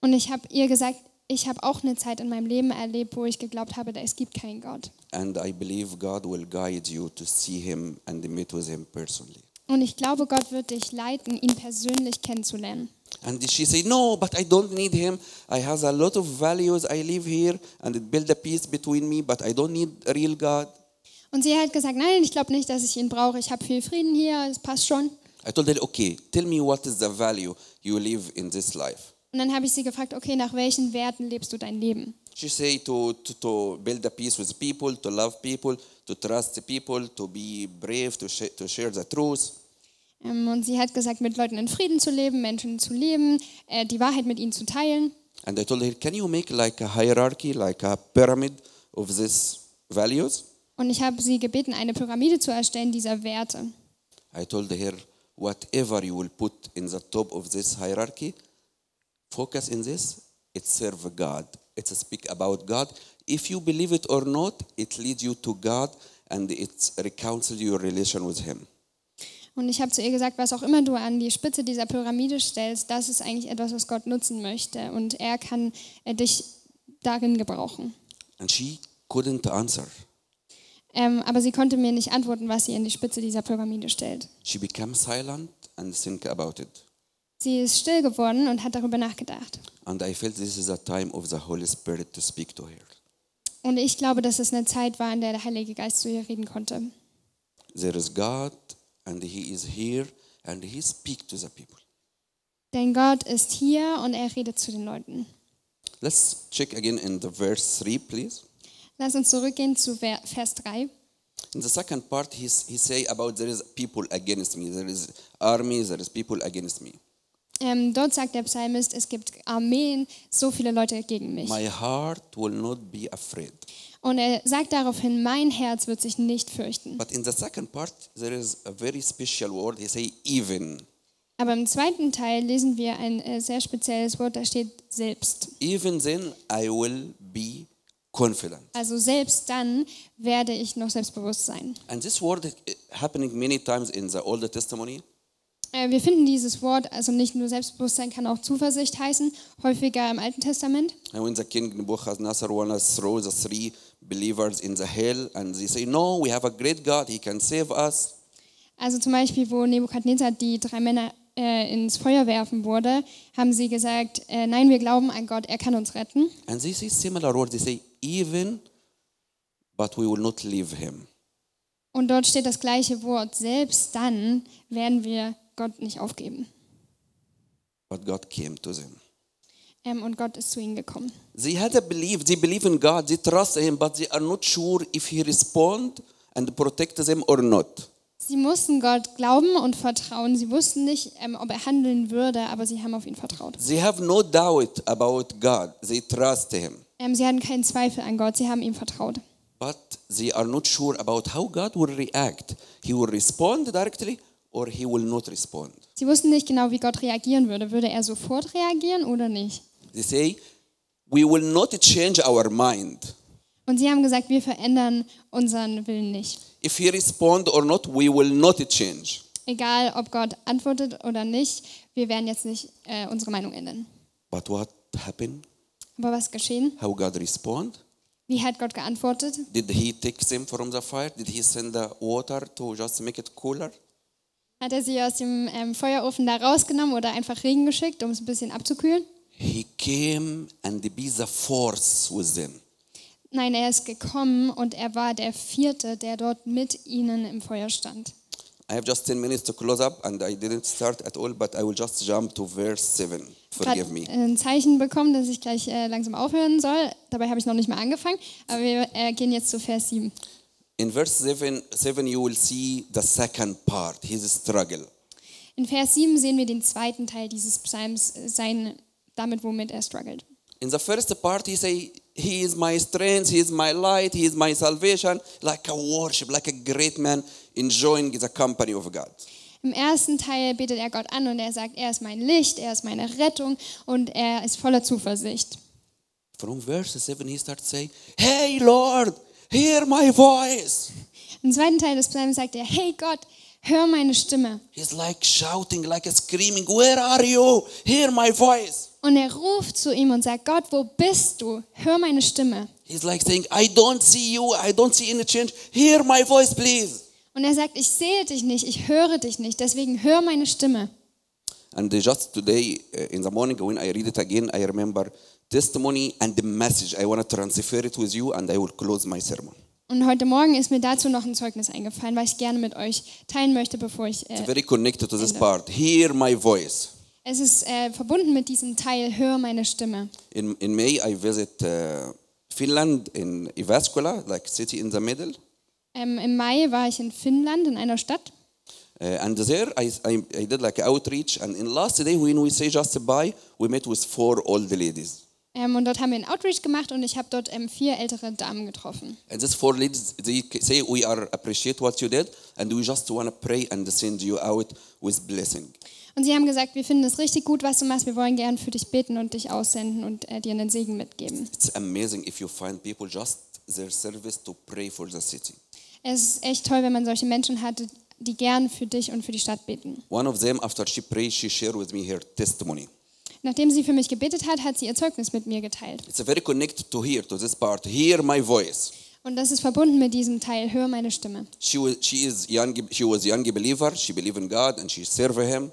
[SPEAKER 2] Und ich habe ihr gesagt, ich habe auch eine Zeit in meinem Leben erlebt, wo ich geglaubt habe, da- es gibt keinen Gott.
[SPEAKER 1] And I believe God will guide you to see Him and meet with Him personally.
[SPEAKER 2] Und ich glaube, Gott wird dich leiten, ihn persönlich kennenzulernen.
[SPEAKER 1] And she said, No, but I don't need Him. I have a lot of values. I live here and it build a peace between me, but I don't need a real God.
[SPEAKER 2] Und sie hat gesagt, nein, ich glaube nicht, dass ich ihn brauche. Ich habe viel Frieden hier, es passt schon.
[SPEAKER 1] I told her, Okay, tell me what is the value you live in this life.
[SPEAKER 2] Und dann habe ich sie gefragt, okay, nach welchen Werten lebst du dein Leben?
[SPEAKER 1] She said to, to, to build a peace with people, to love people, to trust people, to be brave, to, sh- to share the truth.
[SPEAKER 2] Ähm, Und sie hat gesagt, mit Leuten in Frieden zu leben, Menschen zu lieben, äh, die Wahrheit mit ihnen zu teilen.
[SPEAKER 1] And I told her, Can you make like a hierarchy, like a pyramid of these values?
[SPEAKER 2] Und ich habe sie gebeten, eine Pyramide zu erstellen dieser Werte.
[SPEAKER 1] I told her, Whatever you will put in the top of this hierarchy, focus in this, it serve God. It's a speak about God. If you believe it or not, it leads you to God and it reconciles your relation with Him.
[SPEAKER 2] Und ich habe zu ihr gesagt, was auch immer du an die Spitze dieser Pyramide stellst, das ist eigentlich etwas, was Gott nutzen möchte. Und er kann äh, dich darin gebrauchen.
[SPEAKER 1] And she couldn't answer.
[SPEAKER 2] Ähm, aber sie konnte mir nicht antworten, was sie an die Spitze dieser Pyramide stellt.
[SPEAKER 1] She became silent and think about it.
[SPEAKER 2] Sie ist still geworden und hat darüber nachgedacht.
[SPEAKER 1] And I felt this is a time of the Holy Spirit to speak to her.
[SPEAKER 2] Und ich glaube, dass es eine Zeit war, in der der Heilige Geist zu ihr reden konnte.
[SPEAKER 1] there is God and He is here and He speaks to the people.
[SPEAKER 2] Denn Gott ist hier und er redet zu den Leuten.
[SPEAKER 1] Let's check again in the verse 3, please.
[SPEAKER 2] Lass uns zurückgehen zu Ver- Vers 3.
[SPEAKER 1] In the second part, he, s- he say about there is people against me, there is army, there is people against me.
[SPEAKER 2] Ähm, dort sagt der Psalmist, es gibt Armeen, so viele Leute gegen mich.
[SPEAKER 1] My heart will not be afraid.
[SPEAKER 2] Und er sagt daraufhin, mein Herz wird sich nicht fürchten.
[SPEAKER 1] But in the second part, there is a very special word. He say even.
[SPEAKER 2] Aber im zweiten Teil lesen wir ein äh, sehr spezielles Wort, da steht selbst.
[SPEAKER 1] Even then, I will be confident.
[SPEAKER 2] Also selbst dann werde ich noch selbstbewusst sein.
[SPEAKER 1] And this word eh, happening many times in the Old Testimony.
[SPEAKER 2] Äh, wir finden dieses Wort, also nicht nur Selbstbewusstsein kann auch Zuversicht heißen, häufiger im Alten Testament.
[SPEAKER 1] And when the king Nebuchadnezzar want to throw the three believers in the hell, and they say, No, we have a great God, he can save us.
[SPEAKER 2] Also zum Beispiel, wo Nebukadnezar die drei Männer äh, ins Feuer werfen wurde, haben sie gesagt, äh, nein, wir glauben an Gott, er kann uns retten.
[SPEAKER 1] And they say similar words. They say, Even, but we will not leave him.
[SPEAKER 2] Und dort steht das gleiche Wort, selbst dann werden wir Gott nicht aufgeben.
[SPEAKER 1] But God came to them.
[SPEAKER 2] Ähm, und Gott ist zu ihnen gekommen.
[SPEAKER 1] They had a belief, they believe in God, they trust him, but they are not sure if he respond and protect them or not.
[SPEAKER 2] Sie mussten Gott glauben und vertrauen. Sie wussten nicht, ähm, ob er handeln würde, aber sie haben auf ihn vertraut.
[SPEAKER 1] They have no doubt about God. They trust him.
[SPEAKER 2] Ähm, sie hatten keinen Zweifel an Gott, sie haben ihm vertraut.
[SPEAKER 1] But they are not sure about how God will react. He will respond directly or he will not respond.
[SPEAKER 2] Sie wussten nicht genau, wie Gott reagieren würde. Würde er sofort reagieren oder nicht?
[SPEAKER 1] They say, We will not change our mind.
[SPEAKER 2] Und sie haben gesagt, wir verändern unseren Willen nicht.
[SPEAKER 1] If he respond or not, we will not change.
[SPEAKER 2] Egal, ob Gott antwortet oder nicht, wir werden jetzt nicht äh, unsere Meinung ändern.
[SPEAKER 1] But what happened?
[SPEAKER 2] Aber was geschehen?
[SPEAKER 1] How God respond?
[SPEAKER 2] Wie hat Gott geantwortet?
[SPEAKER 1] Did he take them from the fire? Did he send the water to just make it cooler?
[SPEAKER 2] Hat er sie aus dem ähm, Feuerofen da rausgenommen oder einfach Regen geschickt, um es ein bisschen abzukühlen?
[SPEAKER 1] He came and be the force with them.
[SPEAKER 2] Nein, er ist gekommen und er war der Vierte, der dort mit ihnen im Feuer stand.
[SPEAKER 1] I have just 10 minutes to close up, and I didn't start at all, but I will just jump to verse 7.
[SPEAKER 2] Gerade
[SPEAKER 1] Forgive me.
[SPEAKER 2] ein Zeichen bekommen, dass ich gleich äh, langsam aufhören soll. Dabei habe ich noch nicht mal angefangen, aber wir äh, gehen jetzt zu Vers 7.
[SPEAKER 1] In verse 7, 7 you will see the second part, his struggle.
[SPEAKER 2] In Vers 7 sehen wir den zweiten Teil dieses Psalms, äh, sein, damit womit er struggelt.
[SPEAKER 1] In the first part, he say, he is my strength, he is my light, he is my salvation, like a worship, like a great man enjoying the company of God.
[SPEAKER 2] Im ersten Teil betet er Gott an und er sagt, er ist mein Licht, er ist meine Rettung und er ist voller Zuversicht.
[SPEAKER 1] From verse 7, he starts saying, Hey, Lord, hear my voice.
[SPEAKER 2] Im zweiten Teil des Psalms sagt er, hey Gott, hör meine Stimme.
[SPEAKER 1] He's like shouting, like screaming, Where are you? Hear my voice.
[SPEAKER 2] Und er ruft zu ihm und sagt, Gott, wo bist du? Hör meine Stimme.
[SPEAKER 1] He's like saying, I don't see you. I don't see any change. Hear my voice, please.
[SPEAKER 2] Und er sagt, ich sehe dich nicht, ich höre dich nicht, deswegen hör meine Stimme.
[SPEAKER 1] And just today uh, in the morning, when I read it again, I remember testimony and the message. I want to transfer it with you, and I will close my sermon.
[SPEAKER 2] Und heute Morgen ist mir dazu noch ein Zeugnis eingefallen, was ich gerne mit euch teilen möchte, bevor ich...
[SPEAKER 1] It's
[SPEAKER 2] Äh,
[SPEAKER 1] very connected to this
[SPEAKER 2] Ende.
[SPEAKER 1] part. Hear my voice.
[SPEAKER 2] es ist äh, verbunden mit diesem Teil, hör meine Stimme.
[SPEAKER 1] In, in May, I visit uh, Finland in Ivaskola, like city in the middle.
[SPEAKER 2] Ähm, Im Mai war ich in Finnland, in einer Stadt.
[SPEAKER 1] Uh, and there I, I, I did like outreach. And in last day, when we say just bye, we met with four old ladies.
[SPEAKER 2] Ähm, und dort haben wir einen Outreach gemacht und ich habe dort ähm, vier ältere Damen getroffen.
[SPEAKER 1] And these four ladies, they c- say, we are appreciate what you did. And we just want to pray and send you out with blessing.
[SPEAKER 2] Und sie haben gesagt, wir finden es richtig gut, was du machst. Wir wollen gern für dich beten und dich aussenden und äh, dir einen Segen mitgeben.
[SPEAKER 1] It's amazing if you find people just their service to pray for the city.
[SPEAKER 2] Es ist echt toll, wenn man solche Menschen hat, die gern für dich und für die Stadt beten.
[SPEAKER 1] One of them, after she prayed, she shared with me her testimony.
[SPEAKER 2] Nachdem sie für mich gebetet hat, hat sie ihr Zeugnis mit mir geteilt.
[SPEAKER 1] It's very connected to here, to this part. Hear my voice.
[SPEAKER 2] Und das ist verbunden mit diesem Teil, hör meine Stimme.
[SPEAKER 1] She was, she is young, she was a young believer. She believed in God and she served Him.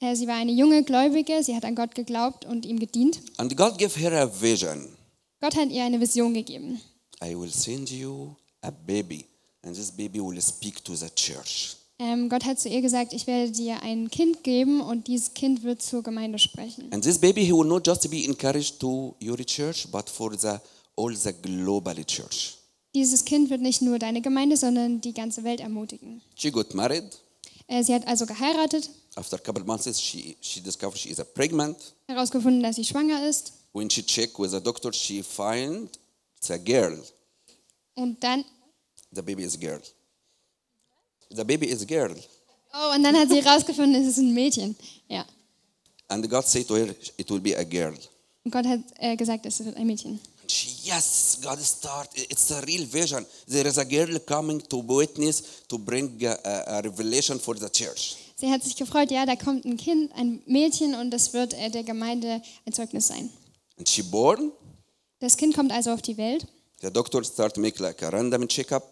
[SPEAKER 2] Äh, sie war eine junge Gläubige, sie hat an Gott geglaubt und ihm gedient.
[SPEAKER 1] And God gave her a vision.
[SPEAKER 2] Gott hat ihr eine Vision gegeben.
[SPEAKER 1] I will send you a baby, and this baby will speak to the church.
[SPEAKER 2] Ähm, Gott hat zu ihr gesagt, ich werde dir ein Kind geben und dieses Kind wird zur Gemeinde sprechen.
[SPEAKER 1] And this baby, he will not just be encouraged to your church, but for the all the global church.
[SPEAKER 2] Dieses Kind wird nicht nur deine Gemeinde, sondern die ganze Welt ermutigen.
[SPEAKER 1] She got married.
[SPEAKER 2] Äh, Sie hat also geheiratet,
[SPEAKER 1] After a couple months, she, she discovered she is a pregnant.
[SPEAKER 2] herausgefunden, dass sie schwanger ist.
[SPEAKER 1] When she checked with the doctor, she find it's a girl.
[SPEAKER 2] Und dann,
[SPEAKER 1] The baby is girl. The baby is girl.
[SPEAKER 2] oh, und dann hat sie herausgefunden, es ist ein Mädchen. Ja.
[SPEAKER 1] And God said to her, it will be a girl.
[SPEAKER 2] Und Gott hat äh, gesagt, es wird ein Mädchen.
[SPEAKER 1] And she, yes, God start. It's a real vision. There is a girl coming to witness, to bring a, a- a revelation for the church.
[SPEAKER 2] Sie hat sich gefreut, ja, da kommt ein Kind, ein Mädchen und das wird äh, der Gemeinde ein Zeugnis sein.
[SPEAKER 1] And she born.
[SPEAKER 2] Das Kind kommt also auf die Welt.
[SPEAKER 1] The doctor start make like a random checkup.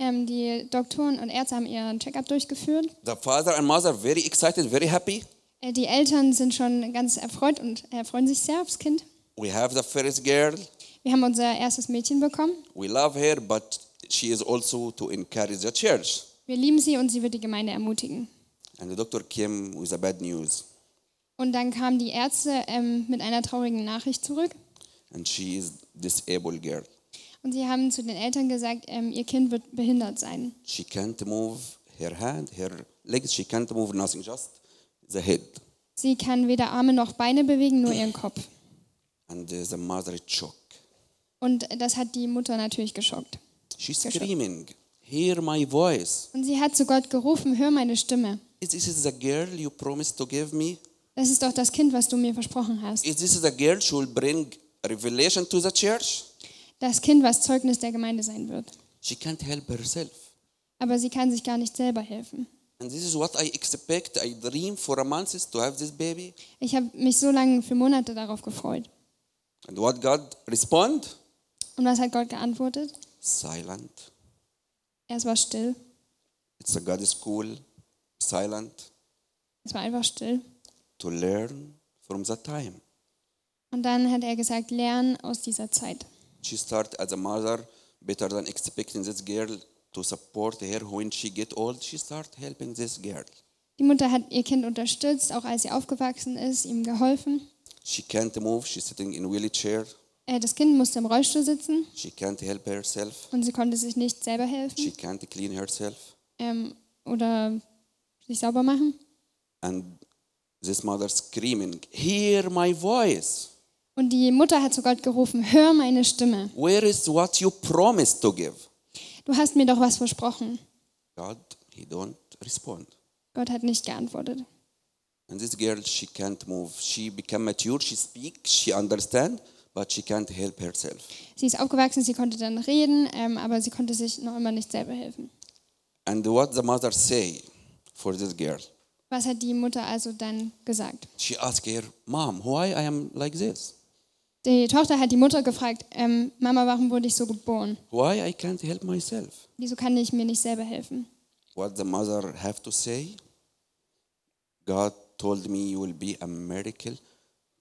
[SPEAKER 2] Ähm, die Doktoren und Ärzte haben ihren Check-up durchgeführt.
[SPEAKER 1] The father and mother very excited, very happy.
[SPEAKER 2] Äh, die Eltern sind schon ganz erfreut und äh, freuen sich sehr aufs Kind.
[SPEAKER 1] We have the first girl.
[SPEAKER 2] Wir haben unser erstes Mädchen bekommen.
[SPEAKER 1] We love her, but she is also to encourage the church.
[SPEAKER 2] Wir lieben sie und sie wird die Gemeinde ermutigen.
[SPEAKER 1] And the doctor came with a bad news.
[SPEAKER 2] Und dann kamen die Ärzte ähm, mit einer traurigen Nachricht zurück
[SPEAKER 1] And she is disabled girl.
[SPEAKER 2] und sie haben zu den Eltern gesagt, ähm, ihr Kind wird behindert sein.
[SPEAKER 1] She can't move her hand, her legs. She can't move nothing, just the head.
[SPEAKER 2] Sie kann weder Arme noch Beine bewegen, nur ihren Kopf.
[SPEAKER 1] And uh, the mother is shocked.
[SPEAKER 2] Und das hat die Mutter natürlich geschockt.
[SPEAKER 1] She's
[SPEAKER 2] Yes, sir.
[SPEAKER 1] screaming, Hear my voice.
[SPEAKER 2] Und sie hat zu Gott gerufen, hör meine Stimme.
[SPEAKER 1] Is this the girl you promised to give me?
[SPEAKER 2] Das ist doch das Kind, was du mir versprochen hast.
[SPEAKER 1] Is this the girl who will bring revelation to the church?
[SPEAKER 2] Das Kind, was Zeugnis der Gemeinde sein wird.
[SPEAKER 1] She can't help herself.
[SPEAKER 2] Aber sie kann sich gar nicht selber helfen.
[SPEAKER 1] And this is what I expect. I dream for a month is to have this baby.
[SPEAKER 2] Ich habe mich so lange für Monate darauf gefreut.
[SPEAKER 1] And what God respond?
[SPEAKER 2] Und was hat Gott geantwortet?
[SPEAKER 1] Silent.
[SPEAKER 2] Es war still.
[SPEAKER 1] It's a God school. Silent.
[SPEAKER 2] Es war einfach still.
[SPEAKER 1] To learn from the time.
[SPEAKER 2] Und dann hat er gesagt, lernen aus dieser Zeit.
[SPEAKER 1] She start as a mother, better than expecting this girl to support her when she get old. She start helping this girl.
[SPEAKER 2] Die Mutter hat ihr Kind unterstützt, auch als sie aufgewachsen ist, ihm geholfen.
[SPEAKER 1] She can't move. She's sitting in wheelchair.
[SPEAKER 2] Äh, Das Kind musste im Rollstuhl sitzen
[SPEAKER 1] She can't help herself.
[SPEAKER 2] und sie konnte sich nicht selber
[SPEAKER 1] She
[SPEAKER 2] helfen
[SPEAKER 1] can't clean herself.
[SPEAKER 2] ähm, oder sich sauber machen.
[SPEAKER 1] And this mother screaming, "Hear my voice!
[SPEAKER 2] Und die Mutter hat zu Gott gerufen, hör meine Stimme.
[SPEAKER 1] Where is what you promised to give?"
[SPEAKER 2] Du hast mir doch was versprochen.
[SPEAKER 1] God, He don't respond.
[SPEAKER 2] Gott hat nicht geantwortet.
[SPEAKER 1] And this girl, she can't move. She became mature. She speaks. She understands, but she can't help herself.
[SPEAKER 2] Sie ist aufgewachsen, sie konnte dann reden, ähm, aber sie konnte sich noch immer nicht selber helfen.
[SPEAKER 1] And what the mother say for this girl?
[SPEAKER 2] Was hat die Mutter also dann gesagt?
[SPEAKER 1] She asked her, "Mom, why I am like this?
[SPEAKER 2] Die Tochter hat die Mutter gefragt, ähm, Mama, warum wurde ich so geboren?
[SPEAKER 1] Why I can't help myself?"
[SPEAKER 2] Wieso kann ich mir nicht selber helfen?
[SPEAKER 1] What the mother have to say? God told me you will be a miracle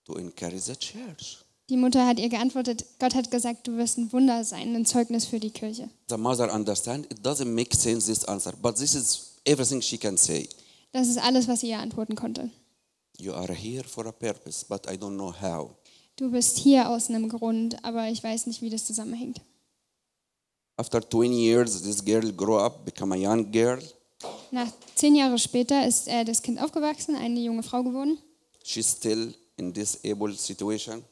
[SPEAKER 1] to encourage the church.
[SPEAKER 2] Die Mutter hat ihr geantwortet, Gott hat gesagt, du wirst ein Wunder sein, ein Zeugnis für die Kirche.
[SPEAKER 1] The mother understand. It doesn't make sense this answer, but this is everything she can say.
[SPEAKER 2] Das ist alles, was sie ihr antworten konnte.
[SPEAKER 1] You are here for a purpose, but I don't know how.
[SPEAKER 2] Du bist hier aus einem Grund, aber ich weiß nicht, wie das zusammenhängt.
[SPEAKER 1] After 20 years, this girl grew up, become a young girl.
[SPEAKER 2] Nach zehn Jahre später ist äh, das Kind aufgewachsen, eine junge Frau geworden.
[SPEAKER 1] She's still in this able situation.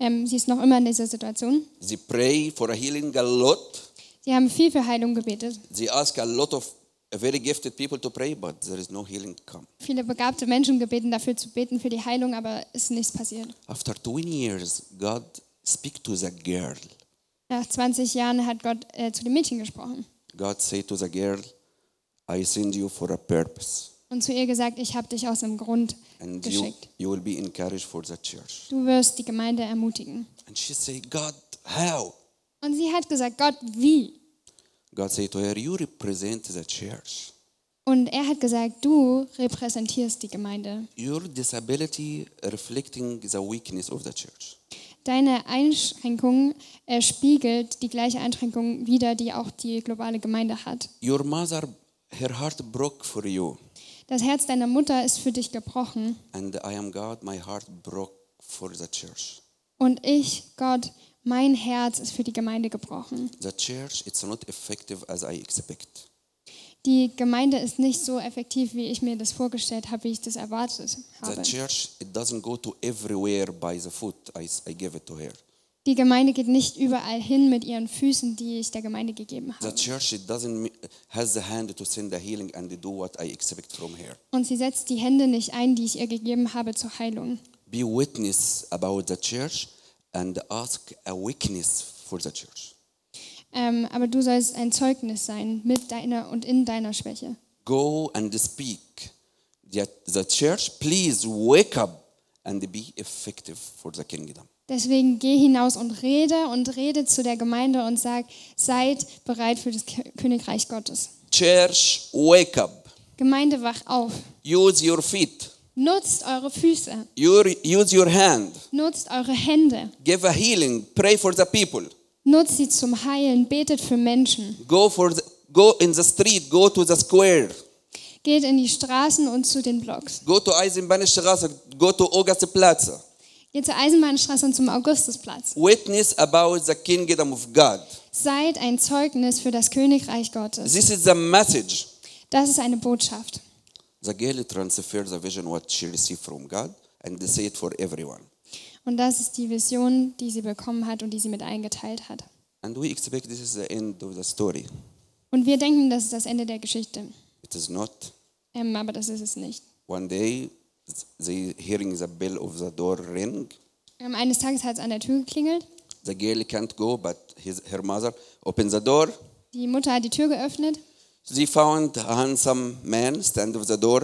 [SPEAKER 2] Ähm, sie ist noch immer in dieser Situation.
[SPEAKER 1] They pray for a healing a lot.
[SPEAKER 2] Sie haben viel für Heilung gebetet.
[SPEAKER 1] They ask a lot of very gifted people to pray, but there is no healing come.
[SPEAKER 2] Viele begabte Menschen gebeten, dafür zu beten, für die Heilung, aber ist nichts passiert.
[SPEAKER 1] After 20 years, God speak to the girl.
[SPEAKER 2] Nach 20 Jahren hat Gott äh, zu dem Mädchen gesprochen
[SPEAKER 1] God say to the girl, I send you for a purpose,
[SPEAKER 2] und zu ihr gesagt, ich habe dich aus einem Grund
[SPEAKER 1] and you,
[SPEAKER 2] geschickt.
[SPEAKER 1] you will be encouraged for the church.
[SPEAKER 2] Du wirst die Gemeinde ermutigen.
[SPEAKER 1] And she say, God, how?
[SPEAKER 2] Und sie hat gesagt, Gott, wie?
[SPEAKER 1] God say to her, you represent the church.
[SPEAKER 2] Und er hat gesagt, du repräsentierst die Gemeinde.
[SPEAKER 1] Your disability reflecting the weakness of the church.
[SPEAKER 2] Deine Einschränkung äh, spiegelt die gleiche Einschränkung wider, die auch die globale Gemeinde hat.
[SPEAKER 1] Your mother, her heart broke for you,
[SPEAKER 2] Das Herz deiner Mutter ist für dich gebrochen
[SPEAKER 1] and I am God, my heart broke for the church.
[SPEAKER 2] und ich, Gott, mein Herz ist für die Gemeinde gebrochen.
[SPEAKER 1] The church, it's not effective as I expect.
[SPEAKER 2] Die Gemeinde ist nicht so effektiv, wie ich mir das vorgestellt habe, wie ich das erwartet
[SPEAKER 1] The
[SPEAKER 2] habe.
[SPEAKER 1] church, it doesn't go to everywhere by the foot. I, s- I give it to her.
[SPEAKER 2] Die Gemeinde geht nicht überall hin mit ihren Füßen, die ich der Gemeinde gegeben
[SPEAKER 1] The
[SPEAKER 2] habe.
[SPEAKER 1] church, it doesn't m- has the hand to send the healing and do what I expect from her.
[SPEAKER 2] Und sie setzt die Hände nicht ein, die ich ihr gegeben habe zur Heilung.
[SPEAKER 1] Be witness about the church and ask a witness for the church.
[SPEAKER 2] Ähm, aber du sollst ein Zeugnis sein mit deiner und in deiner Schwäche.
[SPEAKER 1] Go and speak. The, the church, please wake up and be effective for the kingdom.
[SPEAKER 2] Deswegen geh hinaus und rede und rede zu der Gemeinde und sag, seid bereit für das K- Königreich Gottes.
[SPEAKER 1] Church, wake up.
[SPEAKER 2] Gemeinde, wach auf.
[SPEAKER 1] Use your feet.
[SPEAKER 2] Nutzt eure Füße,
[SPEAKER 1] Your, use your hand.
[SPEAKER 2] nutzt eure Hände,
[SPEAKER 1] Give a healing. Pray for the people.
[SPEAKER 2] nutzt sie zum Heilen, betet für Menschen.
[SPEAKER 1] Go for the, go in the street. Go to the square.
[SPEAKER 2] Geht in die Straßen und zu den Blocks.
[SPEAKER 1] Go to Eisenbahnstraße. Go to August Plaza.
[SPEAKER 2] Geht zur Eisenbahnstraße und zum Augustusplatz.
[SPEAKER 1] Witness about the kingdom of God.
[SPEAKER 2] Seid ein Zeugnis für das Königreich Gottes.
[SPEAKER 1] This is the message.
[SPEAKER 2] Das ist eine Botschaft.
[SPEAKER 1] The girl transfers the vision what she received from God and they say it for everyone.
[SPEAKER 2] Und das ist die Vision, die sie bekommen hat und die sie mit eingeteilt hat.
[SPEAKER 1] And we expect this is the end of the story.
[SPEAKER 2] Und wir denken, das ist das Ende der Geschichte.
[SPEAKER 1] It is not.
[SPEAKER 2] Ähm, aber das ist es nicht.
[SPEAKER 1] One day they hearing the bell of the door ring.
[SPEAKER 2] Ähm, eines Tages hat es an der Tür geklingelt.
[SPEAKER 1] The girl can't go, but his, her mother opens the door.
[SPEAKER 2] Die Mutter hat die Tür geöffnet.
[SPEAKER 1] They found a handsome man stand of the door.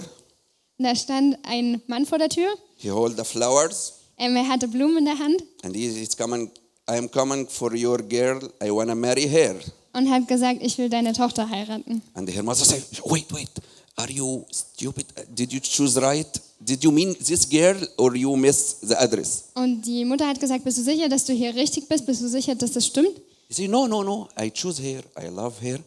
[SPEAKER 2] Und da stand ein Mann vor der Tür.
[SPEAKER 1] He hold the flowers
[SPEAKER 2] Ähm, er hatte Blumen in der Hand
[SPEAKER 1] and he is coming. I am coming for your girl. I wanna marry her.
[SPEAKER 2] und hat gesagt, ich will deine Tochter heiraten.
[SPEAKER 1] And her mother said, "Wait, wait. Are you stupid? Did you choose right? Did you mean this girl or you miss the address?"
[SPEAKER 2] Und die Mutter hat gesagt, bist du sicher, dass du hier richtig bist? Bist du sicher, dass das stimmt?
[SPEAKER 1] He said, "No, no, no. I choose her. I love her.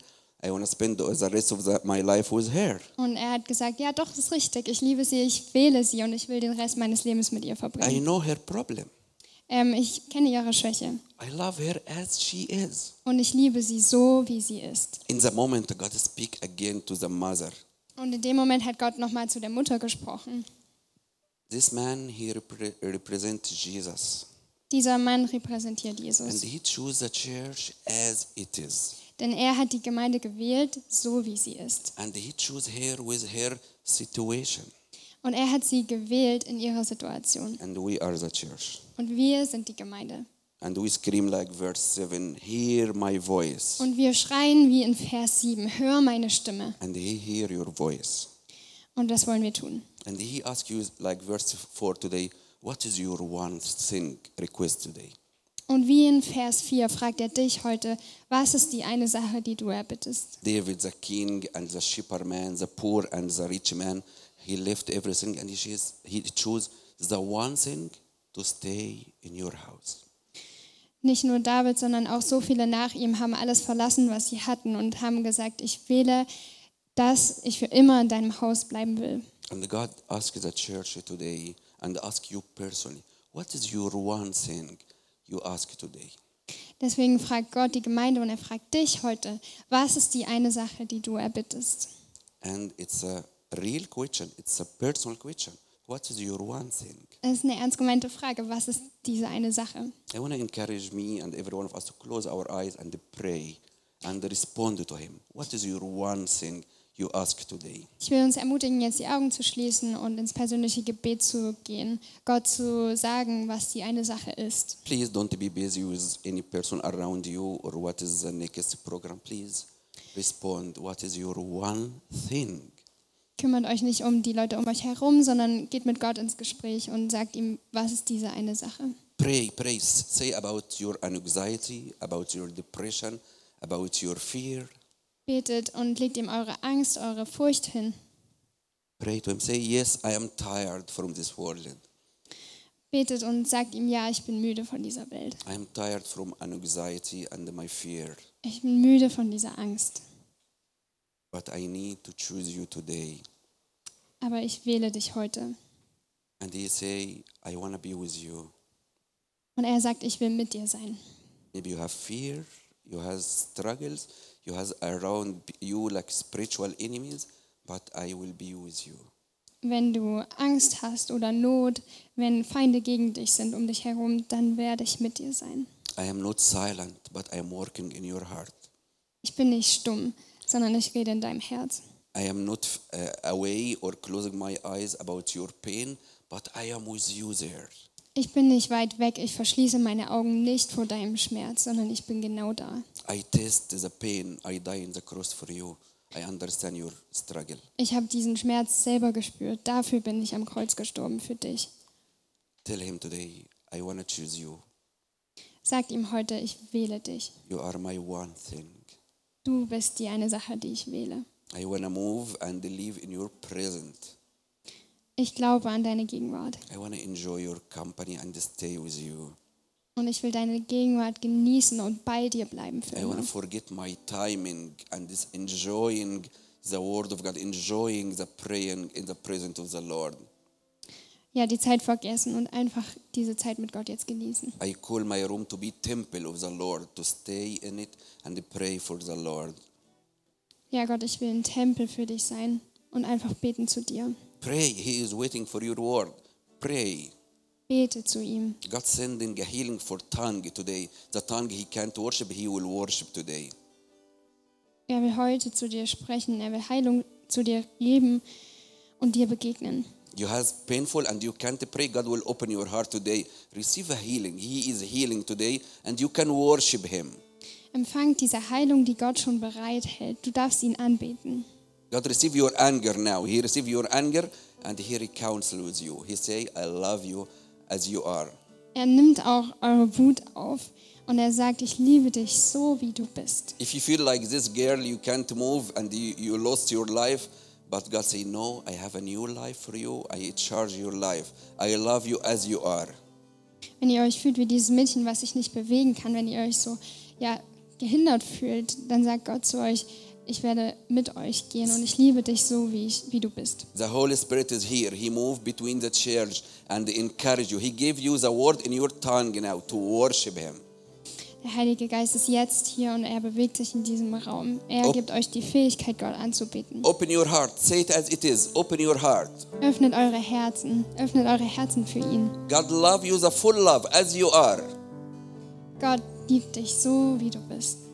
[SPEAKER 1] I wanna spend the rest of the, my life with her.
[SPEAKER 2] Und er hat gesagt, ja, doch, das ist richtig. Ich liebe sie, ich wähle sie und ich will den Rest meines Lebens mit ihr
[SPEAKER 1] I
[SPEAKER 2] verbringen.
[SPEAKER 1] know her problem.
[SPEAKER 2] Ähm, ich kenne ihre Schwäche
[SPEAKER 1] I love her as she is."
[SPEAKER 2] und ich liebe sie so, wie sie ist.
[SPEAKER 1] In the moment, God speak again to the mother.
[SPEAKER 2] Und in dem Moment hat Gott nochmal zu der Mutter gesprochen.
[SPEAKER 1] This man he repre- represents Jesus,
[SPEAKER 2] Dieser Mann repräsentiert
[SPEAKER 1] and
[SPEAKER 2] Jesus.
[SPEAKER 1] he chose the church as it is,
[SPEAKER 2] Denn er hat die Gemeinde gewählt, so wie sie ist.
[SPEAKER 1] and he chose her with her situation.
[SPEAKER 2] Und er hat sie gewählt in ihrer Situation.
[SPEAKER 1] And we are the church.
[SPEAKER 2] Und wir sind die Gemeinde.
[SPEAKER 1] And we scream like verse 7 Hear my voice.
[SPEAKER 2] Und wir schreien wie in Vers 7, hör meine Stimme.
[SPEAKER 1] And he hear your voice.
[SPEAKER 2] Und das wollen wir tun.
[SPEAKER 1] And he asks you, like verse 4 today, What is your one thing request today?
[SPEAKER 2] Und wie in Vers 4 fragt er dich heute, was ist die eine Sache, die du erbittest?
[SPEAKER 1] David, the king and the shepherd man, the poor and the rich man, he left everything and he chose, he chose the one thing to stay in your house.
[SPEAKER 2] Nicht nur David, sondern auch so viele nach ihm haben alles verlassen, was sie hatten und haben gesagt, ich wähle, dass ich für immer in deinem Haus bleiben will.
[SPEAKER 1] And God asks the church today and ask you personally, what is your one thing you ask today?
[SPEAKER 2] Deswegen fragt Gott die Gemeinde und er fragt dich heute, was ist die eine Sache, die du erbittest?
[SPEAKER 1] And it's a real question, it's a personal question. What is your one thing?
[SPEAKER 2] Das ist eine ernst gemeinte Frage, was ist diese eine Sache?
[SPEAKER 1] I want to encourage me and every one of us to close our eyes and pray and respond to Him. What is your one thing you ask today?
[SPEAKER 2] Ich will uns ermutigen, jetzt die Augen zu schließen und ins persönliche Gebet zu gehen, Gott zu sagen, was die eine Sache ist.
[SPEAKER 1] Please don't be busy with any person around you or what is the next program. Please respond. What is your one thing?
[SPEAKER 2] Kümmert euch nicht um die Leute um euch herum, sondern geht mit Gott ins Gespräch und sagt ihm, was ist diese eine Sache?
[SPEAKER 1] Pray, pray. S- Say about your anxiety, about your depression, about your fear.
[SPEAKER 2] Betet und legt ihm eure Angst, eure Furcht hin.
[SPEAKER 1] Pray to Him. Say, Yes, I am tired from this world.
[SPEAKER 2] Betet und sagt ihm, ja, ich bin müde von dieser Welt.
[SPEAKER 1] I am tired from anxiety and my fear.
[SPEAKER 2] Ich bin müde von dieser Angst.
[SPEAKER 1] But I need to choose you today.
[SPEAKER 2] Aber ich wähle dich heute.
[SPEAKER 1] And he say, I want to be with you.
[SPEAKER 2] Und er sagt, ich will mit dir sein.
[SPEAKER 1] Maybe you have fear, you have struggles, you have around you like spiritual enemies, but I will be with you.
[SPEAKER 2] Wenn du Angst hast oder Not, wenn Feinde gegen dich sind um dich herum, dann werde ich mit dir sein.
[SPEAKER 1] I am not silent, but I am working in your heart.
[SPEAKER 2] Ich bin nicht stumm, sondern ich rede in deinem Herz.
[SPEAKER 1] I am not uh, away or closing my eyes about your pain, but I am with you there.
[SPEAKER 2] Ich bin nicht weit weg, ich verschließe meine Augen nicht vor deinem Schmerz, sondern ich bin genau da.
[SPEAKER 1] I taste the pain. I die in the cross for you. I understand your struggle.
[SPEAKER 2] Ich habe diesen Schmerz selber gespürt, dafür bin ich am Kreuz gestorben für dich.
[SPEAKER 1] Tell him today, I want to choose you.
[SPEAKER 2] Sagt ihm heute, ich wähle dich.
[SPEAKER 1] You are my one thing.
[SPEAKER 2] Du bist die eine Sache, die ich wähle.
[SPEAKER 1] I want to move and live in your present.
[SPEAKER 2] Ich glaube an deine Gegenwart
[SPEAKER 1] I want to enjoy your company and stay with you.
[SPEAKER 2] und ich will deine Gegenwart genießen und bei dir bleiben für
[SPEAKER 1] I want
[SPEAKER 2] immer.
[SPEAKER 1] to forget my timing and this enjoying the word of God, enjoying the praying in the presence of the Lord.
[SPEAKER 2] Ja, die Zeit vergessen und einfach diese Zeit mit Gott jetzt genießen.
[SPEAKER 1] I call my room to be temple of the Lord, to stay in it and pray for the Lord.
[SPEAKER 2] Ja, Gott, ich will ein Tempel für dich sein und einfach beten zu dir.
[SPEAKER 1] Pray, He is waiting for your word. Pray.
[SPEAKER 2] Bete zu ihm.
[SPEAKER 1] God sending a healing for tongue today. The tongue he can't worship, he will worship today.
[SPEAKER 2] Er will heute zu dir sprechen. Er will Heilung zu dir geben und dir begegnen.
[SPEAKER 1] you has painful and you can't pray god will open your heart today receive a healing he is healing today and you can worship him
[SPEAKER 2] Empfang diese Heilung, die Gott schon bereithält. Du darfst ihn anbeten.
[SPEAKER 1] god receive your anger now he receive your anger and he recounts with you he say i love you as you are
[SPEAKER 2] Er nimmt auch eure Wut auf und er sagt, ich liebe dich so, wie du bist.
[SPEAKER 1] if you feel like this girl you can't move and you, you lost your life but god say no i have a new life for you i charge your life i love you as you are
[SPEAKER 2] Wenn ihr euch fühlt wie dieses Mädchen, was sich nicht bewegen kann, wenn ihr euch so ja, gehindert fühlt, dann sagt Gott zu euch, ich werde mit euch gehen und ich liebe dich so, wie, ich, wie du bist.
[SPEAKER 1] The Holy Spirit is here. He moved between the church and encourage you. He gave you the word in your tongue now to worship Him.
[SPEAKER 2] Der Heilige Geist ist jetzt hier und er bewegt sich in diesem Raum. Er
[SPEAKER 1] Ob-
[SPEAKER 2] gibt euch die Fähigkeit, Gott anzubeten.
[SPEAKER 1] Open your heart. Say it as it is. Open your heart.
[SPEAKER 2] Öffnet eure Herzen. Öffnet eure Herzen für ihn.
[SPEAKER 1] God love you the full love as you are.
[SPEAKER 2] Gott liebt dich so, wie du bist.